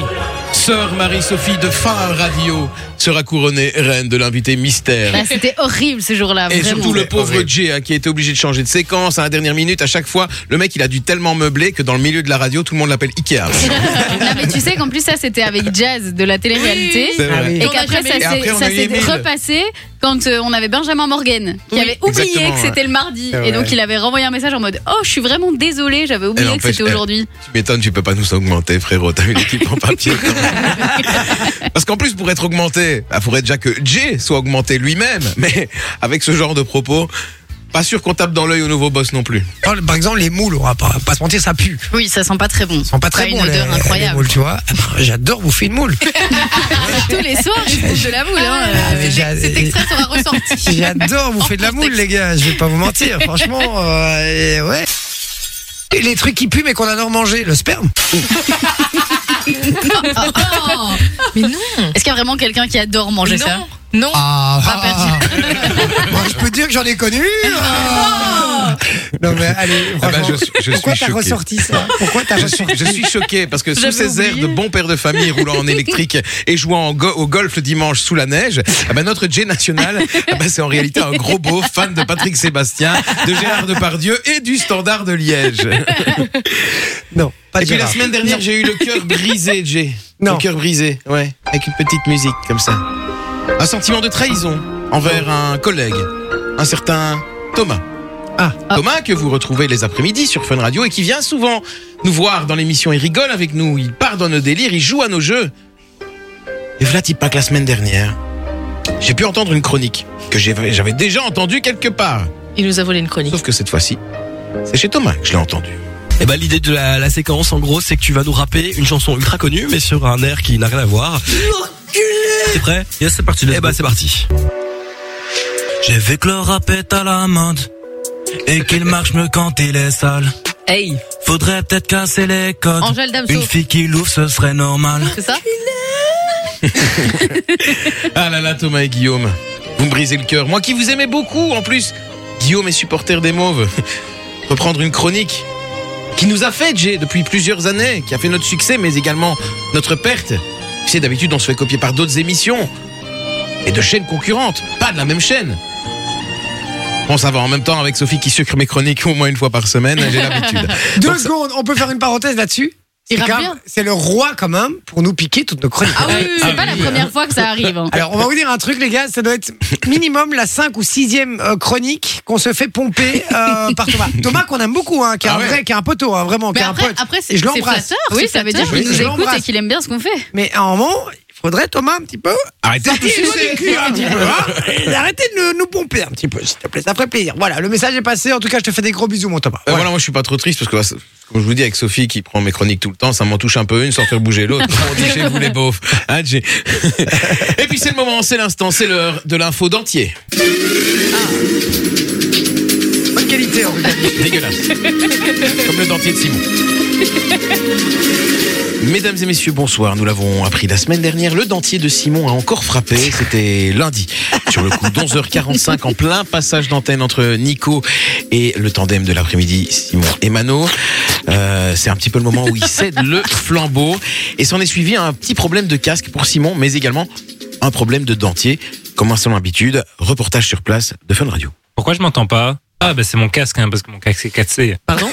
[SPEAKER 5] Sœur Marie-Sophie de Fin Radio sera couronnée reine de l'invité mystère.
[SPEAKER 3] Bah,
[SPEAKER 4] Là, c'était horrible ce jour-là.
[SPEAKER 5] Et
[SPEAKER 4] vraiment.
[SPEAKER 5] surtout le pauvre
[SPEAKER 2] horrible.
[SPEAKER 5] Jay hein, qui a été obligé de changer de séquence à la dernière minute à chaque fois. Le mec il a dû tellement meubler que dans le milieu de la radio tout le monde l'appelle
[SPEAKER 2] Ah
[SPEAKER 5] Ikea.
[SPEAKER 4] Non, mais tu sais qu'en plus, ça, c'était avec Jazz de la télé-réalité.
[SPEAKER 5] C'est vrai.
[SPEAKER 2] Ah oui.
[SPEAKER 4] Et
[SPEAKER 3] On a
[SPEAKER 4] qu'après,
[SPEAKER 3] jamais
[SPEAKER 4] ça
[SPEAKER 3] eu.
[SPEAKER 5] Et
[SPEAKER 4] s'est
[SPEAKER 5] après, on
[SPEAKER 4] ça
[SPEAKER 5] a eu
[SPEAKER 4] s'est
[SPEAKER 5] Émile.
[SPEAKER 4] repassé quand euh, on avait Benjamin Morgan qui avait oublié
[SPEAKER 5] exactement, Ah
[SPEAKER 4] que c'était le mardi.
[SPEAKER 2] C'est
[SPEAKER 4] Et
[SPEAKER 2] vrai.
[SPEAKER 4] donc, il avait renvoyé un message en mode Oh, je suis vraiment désolé, j'avais oublié
[SPEAKER 5] Elle
[SPEAKER 4] que c'était
[SPEAKER 5] empêche- elle-
[SPEAKER 4] aujourd'hui.
[SPEAKER 5] Tu m'étonnes, tu peux pas nous augmenter frérot, t'as une équipe en papier. Parce qu'en plus pour être augmenté, il faudrait déjà que Jay soit augmenté lui-même. Mais avec ce genre de propos, pas sûr qu'on tape dans l'œil au nouveau boss non plus.
[SPEAKER 2] Oh, Par exemple, les moules, on va pas, pas se mentir, ça pue.
[SPEAKER 4] Oui, ça sent pas très bon.
[SPEAKER 2] Ils sont pas très
[SPEAKER 4] une
[SPEAKER 2] bons, les,
[SPEAKER 4] odeur
[SPEAKER 2] les
[SPEAKER 4] incroyable.
[SPEAKER 2] moules, tu vois. Ah ben, J'adore bouffer une moule.
[SPEAKER 4] Tous les soirs, ils se bouffent de la boule. hein.
[SPEAKER 2] Ah, mais j'a-
[SPEAKER 3] Cet extrait sera ressorti.
[SPEAKER 2] J'adore bouffer de la moule, les gars. Je vais pas vous mentir, franchement. euh, et ouais. Et les trucs qui puent mais qu'on adore manger, le sperme.
[SPEAKER 3] Mais non
[SPEAKER 4] Est-ce qu'il y a vraiment quelqu'un qui adore manger
[SPEAKER 3] Non.
[SPEAKER 4] ça
[SPEAKER 3] Non.
[SPEAKER 2] Ah,
[SPEAKER 3] Pas
[SPEAKER 2] ah, ah. Moi, je peux dire que j'en ai connu. ah. Non mais allez,
[SPEAKER 5] Ah ben,
[SPEAKER 2] franchement,
[SPEAKER 5] je suis- je suis
[SPEAKER 2] pourquoi t'as
[SPEAKER 5] choqué.
[SPEAKER 2] ressorti ça Pourquoi t'as
[SPEAKER 5] Je suis,
[SPEAKER 2] ressorti
[SPEAKER 5] je suis choqué parce que sous
[SPEAKER 3] J'avais
[SPEAKER 5] ces airs de
[SPEAKER 3] oublié.
[SPEAKER 5] bon père de famille roulant en électrique et jouant en go- au golf le dimanche sous la neige, ah ben, notre Jay National, ah ben, c'est en réalité un gros beau fan de Patrick Sébastien, de Gérard Depardieu et du Standard de Liège.
[SPEAKER 2] Non, pas
[SPEAKER 5] et
[SPEAKER 2] de
[SPEAKER 5] puis la
[SPEAKER 2] Gérard.
[SPEAKER 5] semaine dernière, j'ai eu le cœur brisé, Jay.
[SPEAKER 2] Non.
[SPEAKER 5] Le cœur brisé, ouais. Avec une petite musique comme ça. Un sentiment de trahison envers un collègue, un certain Thomas.
[SPEAKER 2] Ah.
[SPEAKER 5] Thomas que vous retrouvez les après-midi sur Fun Radio et qui vient souvent nous voir dans l'émission. Il rigole avec nous, il part dans nos délires, il joue à nos jeux. Et voilà, pas que la semaine dernière, j'ai pu entendre une chronique que j'avais j'avais déjà entendue quelque part.
[SPEAKER 3] Il nous a volé une chronique.
[SPEAKER 5] Sauf que cette fois-ci, c'est chez Thomas que je l'ai entendue.
[SPEAKER 9] Et bah l'idée de la, la séquence en gros c'est que tu vas nous rapper une chanson ultra connue mais sur un air qui n'a rien à voir. T'es prêt Yes c'est parti. Et bah c'est parti. J'ai vu que le rap est à la mode et qu'il marche mieux quand il est sale.
[SPEAKER 3] Hey.
[SPEAKER 9] Faudrait peut-être casser les codes.
[SPEAKER 3] Angèle Damso.
[SPEAKER 9] Une fille qui l'ouvre ce serait normal.
[SPEAKER 3] C'est ça
[SPEAKER 5] Ah là là, Thomas et Guillaume, vous me brisez le cœur. Moi qui vous aimais beaucoup, en plus, Guillaume est supporter des Mauves. Reprendre une chronique qui nous a fait, Jay, depuis plusieurs années, qui a fait notre succès, mais également notre perte. Tu sais, d'habitude, on se fait copier par d'autres émissions et de chaînes concurrentes, pas de la même chaîne. Bon, ça va, en même temps, avec Sophie qui sucre mes chroniques au moins une fois par semaine, j'ai l'habitude.
[SPEAKER 2] Deux secondes, on peut faire une parenthèse là-dessus
[SPEAKER 3] Il
[SPEAKER 2] C'est
[SPEAKER 3] rappe
[SPEAKER 2] quand
[SPEAKER 3] bien.
[SPEAKER 2] même- C'est le roi quand même pour nous piquer toutes nos chroniques.
[SPEAKER 4] Ah oui, oui, oui, c'est pas la première fois que ça arrive. hein.
[SPEAKER 2] Alors, on va vous dire un truc, les gars. Ça doit être minimum la 5 ou 6e euh, chronique qu'on se fait pomper euh, par Thomas. Thomas, qu'on aime beaucoup, hein, qui est,
[SPEAKER 5] Ah
[SPEAKER 2] un
[SPEAKER 5] ouais.
[SPEAKER 2] vrai, qui est un poteau, hein, vraiment,
[SPEAKER 3] Mais
[SPEAKER 2] qui est un
[SPEAKER 3] après,
[SPEAKER 2] pote.
[SPEAKER 3] après
[SPEAKER 2] Et
[SPEAKER 3] c'est
[SPEAKER 2] je
[SPEAKER 3] c'est
[SPEAKER 2] l'embrasse.
[SPEAKER 3] flatteur.
[SPEAKER 4] Oui,
[SPEAKER 3] c'est
[SPEAKER 4] ça veut
[SPEAKER 3] flatteur.
[SPEAKER 4] dire qu'il
[SPEAKER 2] Je
[SPEAKER 4] nous écoute
[SPEAKER 2] l'embrasse.
[SPEAKER 4] et qu'il aime bien ce qu'on fait.
[SPEAKER 2] Mais à un moment, il faudrait, Thomas, un petit peu,
[SPEAKER 5] Arrêtez de
[SPEAKER 2] nous sucer le cul un petit peu, hein, et arrêter de nous pomper un petit peu, s'il te plaît. Ça ferait plaisir. Voilà, le message est passé. En tout cas, je te fais des gros bisous, mon Thomas.
[SPEAKER 3] Ben
[SPEAKER 5] Euh, Voilà. moi je suis pas trop triste parce que là, c'est- comme je vous dis avec Sophie qui prend mes chroniques tout le temps, ça m'en touche un peu une sans faire bouger l'autre. On dit chez vous les beaufs. Hein, j'ai- Et puis c'est le moment, c'est l'instant, c'est l'heure de l'info d'entier.
[SPEAKER 2] Ah. Bonne qualité, en tout cas.
[SPEAKER 5] Dégueulasse. Comme le dentier de Simon. Mesdames et messieurs, bonsoir. Nous l'avons appris la semaine dernière. Le dentier de Simon a encore frappé. C'était lundi. Sur le coup d'11h45, en plein passage d'antenne entre Nico et le tandem de l'après-midi, Simon et Mano. Euh, c'est un petit peu le moment où il cède le flambeau. Et s'en est suivi un petit problème de casque pour Simon, mais également un problème de dentier. Comme à son habitude, reportage sur place de Fun Radio.
[SPEAKER 10] Pourquoi je m'entends pas Ah, bah c'est mon casque, hein, parce que mon casque est cassé.
[SPEAKER 3] Pardon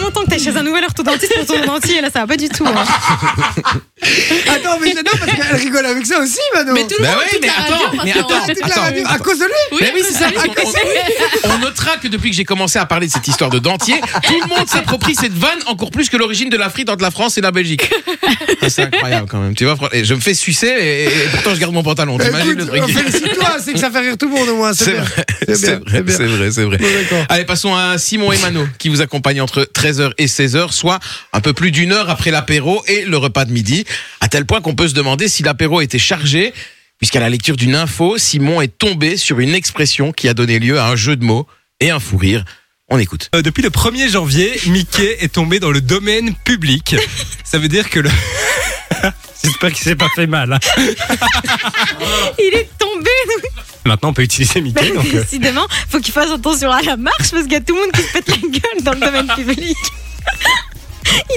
[SPEAKER 11] longtemps que t'es chez un nouvel orthodontiste pour ton dentier, là ça va pas du tout. hein.
[SPEAKER 2] Attends, Ah mais j'adore parce qu'elle rigole avec ça aussi, Manon.
[SPEAKER 3] Mais tout le
[SPEAKER 5] Bah
[SPEAKER 3] monde,
[SPEAKER 5] oui,
[SPEAKER 3] toute
[SPEAKER 5] mais
[SPEAKER 3] la radio,
[SPEAKER 5] attends,
[SPEAKER 3] maintenant.
[SPEAKER 5] mais
[SPEAKER 2] Ah, toute la
[SPEAKER 5] Attends.
[SPEAKER 2] radio- à cause de lui
[SPEAKER 5] Mais oui, c'est ça. On, on notera que depuis que j'ai commencé à parler de cette histoire de dentier, tout le monde s'approprie cette vanne encore plus que l'origine de la frite entre la France et la Belgique. Ah, C'est incroyable quand même. Tu vois, Fran- et je me fais sucer et, et pourtant je garde mon pantalon. T'imagines le
[SPEAKER 2] Bah, Écoute, euh,
[SPEAKER 5] truc
[SPEAKER 2] félicite-toi, c'est que ça fait rire tout le monde au moins.
[SPEAKER 5] C'est
[SPEAKER 2] bien.
[SPEAKER 5] vrai,
[SPEAKER 2] C'est
[SPEAKER 5] c'est
[SPEAKER 2] bien,
[SPEAKER 5] vrai, c'est vrai, c'est vrai.
[SPEAKER 2] Bon, d'accord.
[SPEAKER 5] Allez, passons à Simon et Mano qui vous accompagnent entre 13h et 16h, soit un peu plus d'une heure après l'apéro et le repas de midi, à tel point qu'on peut se demander si l'apéro était chargé, puisqu'à la lecture d'une info, Simon est tombé sur une expression qui a donné lieu à un jeu de mots et un fou rire. On écoute.
[SPEAKER 10] Euh, depuis le 1er janvier, Mickey est tombé dans le domaine public. Ça veut dire que le. J'espère qu'il s'est pas fait mal. hein.
[SPEAKER 11] Il est tombé, Bah,
[SPEAKER 10] Maintenant, on peut utiliser Mickey. Donc, euh,
[SPEAKER 11] décidément. Faut qu'il fasse attention à la marche parce qu'il y a tout le monde qui se pète la gueule dans le domaine public.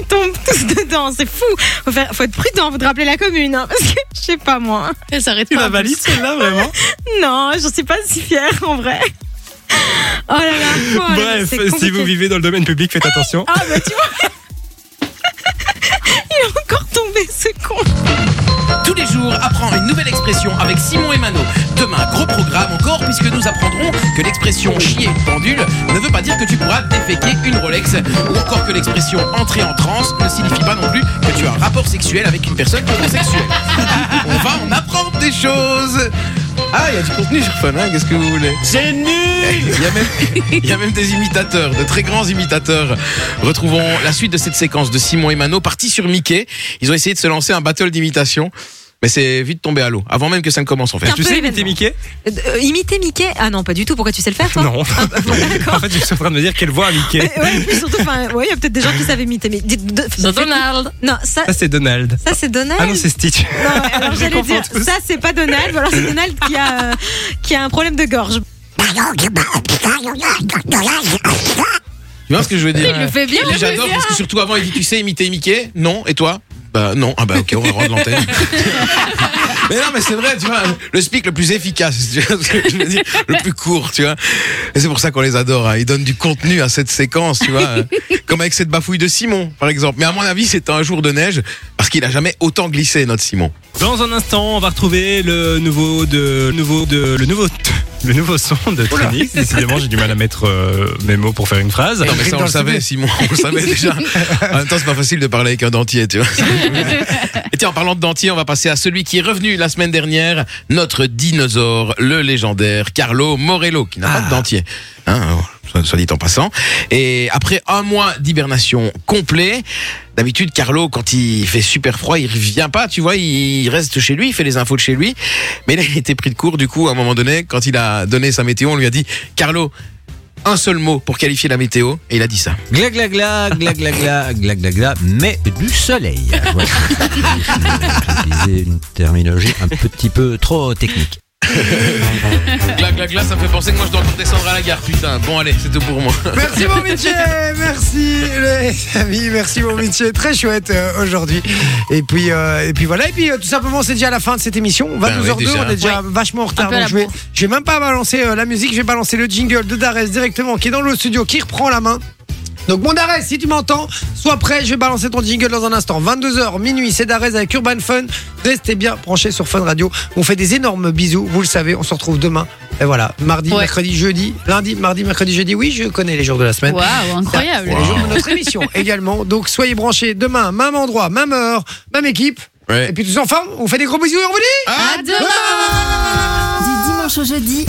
[SPEAKER 11] Ils tombent tous dedans, c'est fou. Faut, faire- faut être prudent, faut te rappeler la commune, hein, parce que je sais pas moi.
[SPEAKER 3] Elle s'arrête
[SPEAKER 10] tu la
[SPEAKER 3] pas.
[SPEAKER 10] valides celle-là, vraiment
[SPEAKER 11] Non, j'en suis pas si fière en vrai. Oh là là, oh là là,
[SPEAKER 10] Bref,
[SPEAKER 11] c'est
[SPEAKER 10] si
[SPEAKER 11] compliqué.
[SPEAKER 10] vous vivez dans le domaine public, faites attention.
[SPEAKER 11] Ah bah tu vois. Il est encore tombé ce con.
[SPEAKER 5] Tous les jours, apprends une nouvelle expression avec Simon et Mano. Demain, gros programme encore, puisque nous apprendrons que l'expression chier une pendule ne veut pas dire que tu pourras déféquer une Rolex, ou encore que l'expression entrer en transe ne signifie pas non plus que tu as un rapport sexuel avec une personne homosexuelle. On va en apprendre des choses. Ah, il y a du contenu sur Fun, hein, qu'est-ce que vous voulez
[SPEAKER 9] C'est nul
[SPEAKER 5] il y, a même, il y a même des imitateurs, de très grands imitateurs. Retrouvons la suite de cette séquence de Simon et Mano, partis sur Mickey. Ils ont essayé de se lancer un battle d'imitation. Mais c'est vite tombé à l'eau, avant même que ça ne commence en fait.
[SPEAKER 11] C'est un Tu peu sais imiter l'événement.
[SPEAKER 10] Mickey
[SPEAKER 11] Euh, euh, imiter Mickey Ah non, pas du tout. Pourquoi tu sais le faire, toi Ah, bah,
[SPEAKER 10] Non. en fait, je suis en train de me dire quelle voix à Mickey.
[SPEAKER 11] Euh, Ouais, et puis surtout, enfin, ouais, il y a peut-être des gens qui savent imiter. Mais dites- de- faites-
[SPEAKER 3] Donald.
[SPEAKER 11] Non, ça,
[SPEAKER 10] Ça, c'est Donald.
[SPEAKER 11] ça c'est Donald.
[SPEAKER 10] Ah non, c'est Stitch.
[SPEAKER 11] Non, ouais, alors
[SPEAKER 10] Je les
[SPEAKER 11] j'allais
[SPEAKER 10] confonds
[SPEAKER 11] dire, ça c'est pas Donald, ou alors c'est Donald qui a, euh, qui a un problème de gorge.
[SPEAKER 5] Tu vois ce que je veux dire
[SPEAKER 4] Il le fait bien.
[SPEAKER 5] Et J'adore parce que surtout avant, il dit Tu sais imiter Mickey Non. Et toi Bah non. Ah bah ok, on va rendre l'antenne. Mais non, mais c'est vrai, tu vois, le speak le plus efficace, tu vois ce que je veux dire, le plus court, tu vois. Et c'est pour ça qu'on les adore, hein. ils donnent du contenu à cette séquence, tu vois. hein. Comme avec cette bafouille de Simon, par exemple. Mais à mon avis, c'était un jour de neige, parce qu'il a jamais autant glissé, notre Simon.
[SPEAKER 10] Dans un instant, on va retrouver le nouveau de nouveau de le nouveau le nouveau son de Trini. Décidément, j'ai du mal à mettre euh, mes mots pour faire une phrase.
[SPEAKER 5] Non, mais ça, on
[SPEAKER 2] dans
[SPEAKER 5] le
[SPEAKER 2] le
[SPEAKER 5] savait, Simon, on le savait déjà. En même temps, c'est pas facile de parler avec un dentier, tu vois. Et tiens, en parlant de dentier, on va passer à celui qui est revenu la semaine dernière, notre dinosaure, le légendaire Carlo Morello, qui n'a pas
[SPEAKER 2] Ah.
[SPEAKER 5] de dentier. Hein, soit- soit dit en passant. Et après un mois d'hibernation complet, d'habitude, Carlo, quand il fait super froid, il revient pas, tu vois, il reste chez lui, il fait les infos de chez lui. Mais là, il était pris de court, du coup, à un moment donné, quand il a donné sa météo, on lui a dit, Carlo, un seul mot pour qualifier la météo, et il a dit ça.
[SPEAKER 12] Gla gla gla, gla gla gla, gla gla gla, mais du soleil. Voilà. Utiliser une terminologie un petit peu trop technique.
[SPEAKER 5] Gla gla gla, ça me fait penser que moi je dois encore descendre à la gare, putain. Bon allez, c'est tout pour moi.
[SPEAKER 2] Merci mon métier, merci les amis, merci mon métier, très chouette euh, aujourd'hui. Et puis euh, et puis voilà et puis euh, tout simplement c'est déjà la fin de cette émission, 22h02,
[SPEAKER 5] Ben oui, déjà.
[SPEAKER 2] on est déjà vachement en retard.
[SPEAKER 4] Un peu à
[SPEAKER 2] Donc
[SPEAKER 4] la
[SPEAKER 2] je vais
[SPEAKER 4] bourre.
[SPEAKER 2] je vais même pas balancer euh, la musique, je vais balancer le jingle de Darès directement qui est dans le studio qui reprend la main. Donc mon Darès, si tu m'entends, sois prêt, je vais balancer ton jingle dans un instant. 22h minuit, c'est Darès avec Urban Fun. Restez bien branchés sur Fun Radio. On fait des énormes bisous, vous le savez, on se retrouve demain. Et voilà, mardi,
[SPEAKER 4] Ouais.
[SPEAKER 2] mercredi, jeudi, lundi, mardi, mercredi, jeudi. Oui, je connais les jours de la semaine.
[SPEAKER 4] Waouh, incroyable.
[SPEAKER 2] Les jours de notre émission également. Donc soyez branchés demain, même endroit, même heure, même équipe.
[SPEAKER 5] Ouais.
[SPEAKER 2] Et puis tous en forme, on vous fait des gros bisous et on vous dit
[SPEAKER 4] À demain
[SPEAKER 1] Du dimanche au jeudi,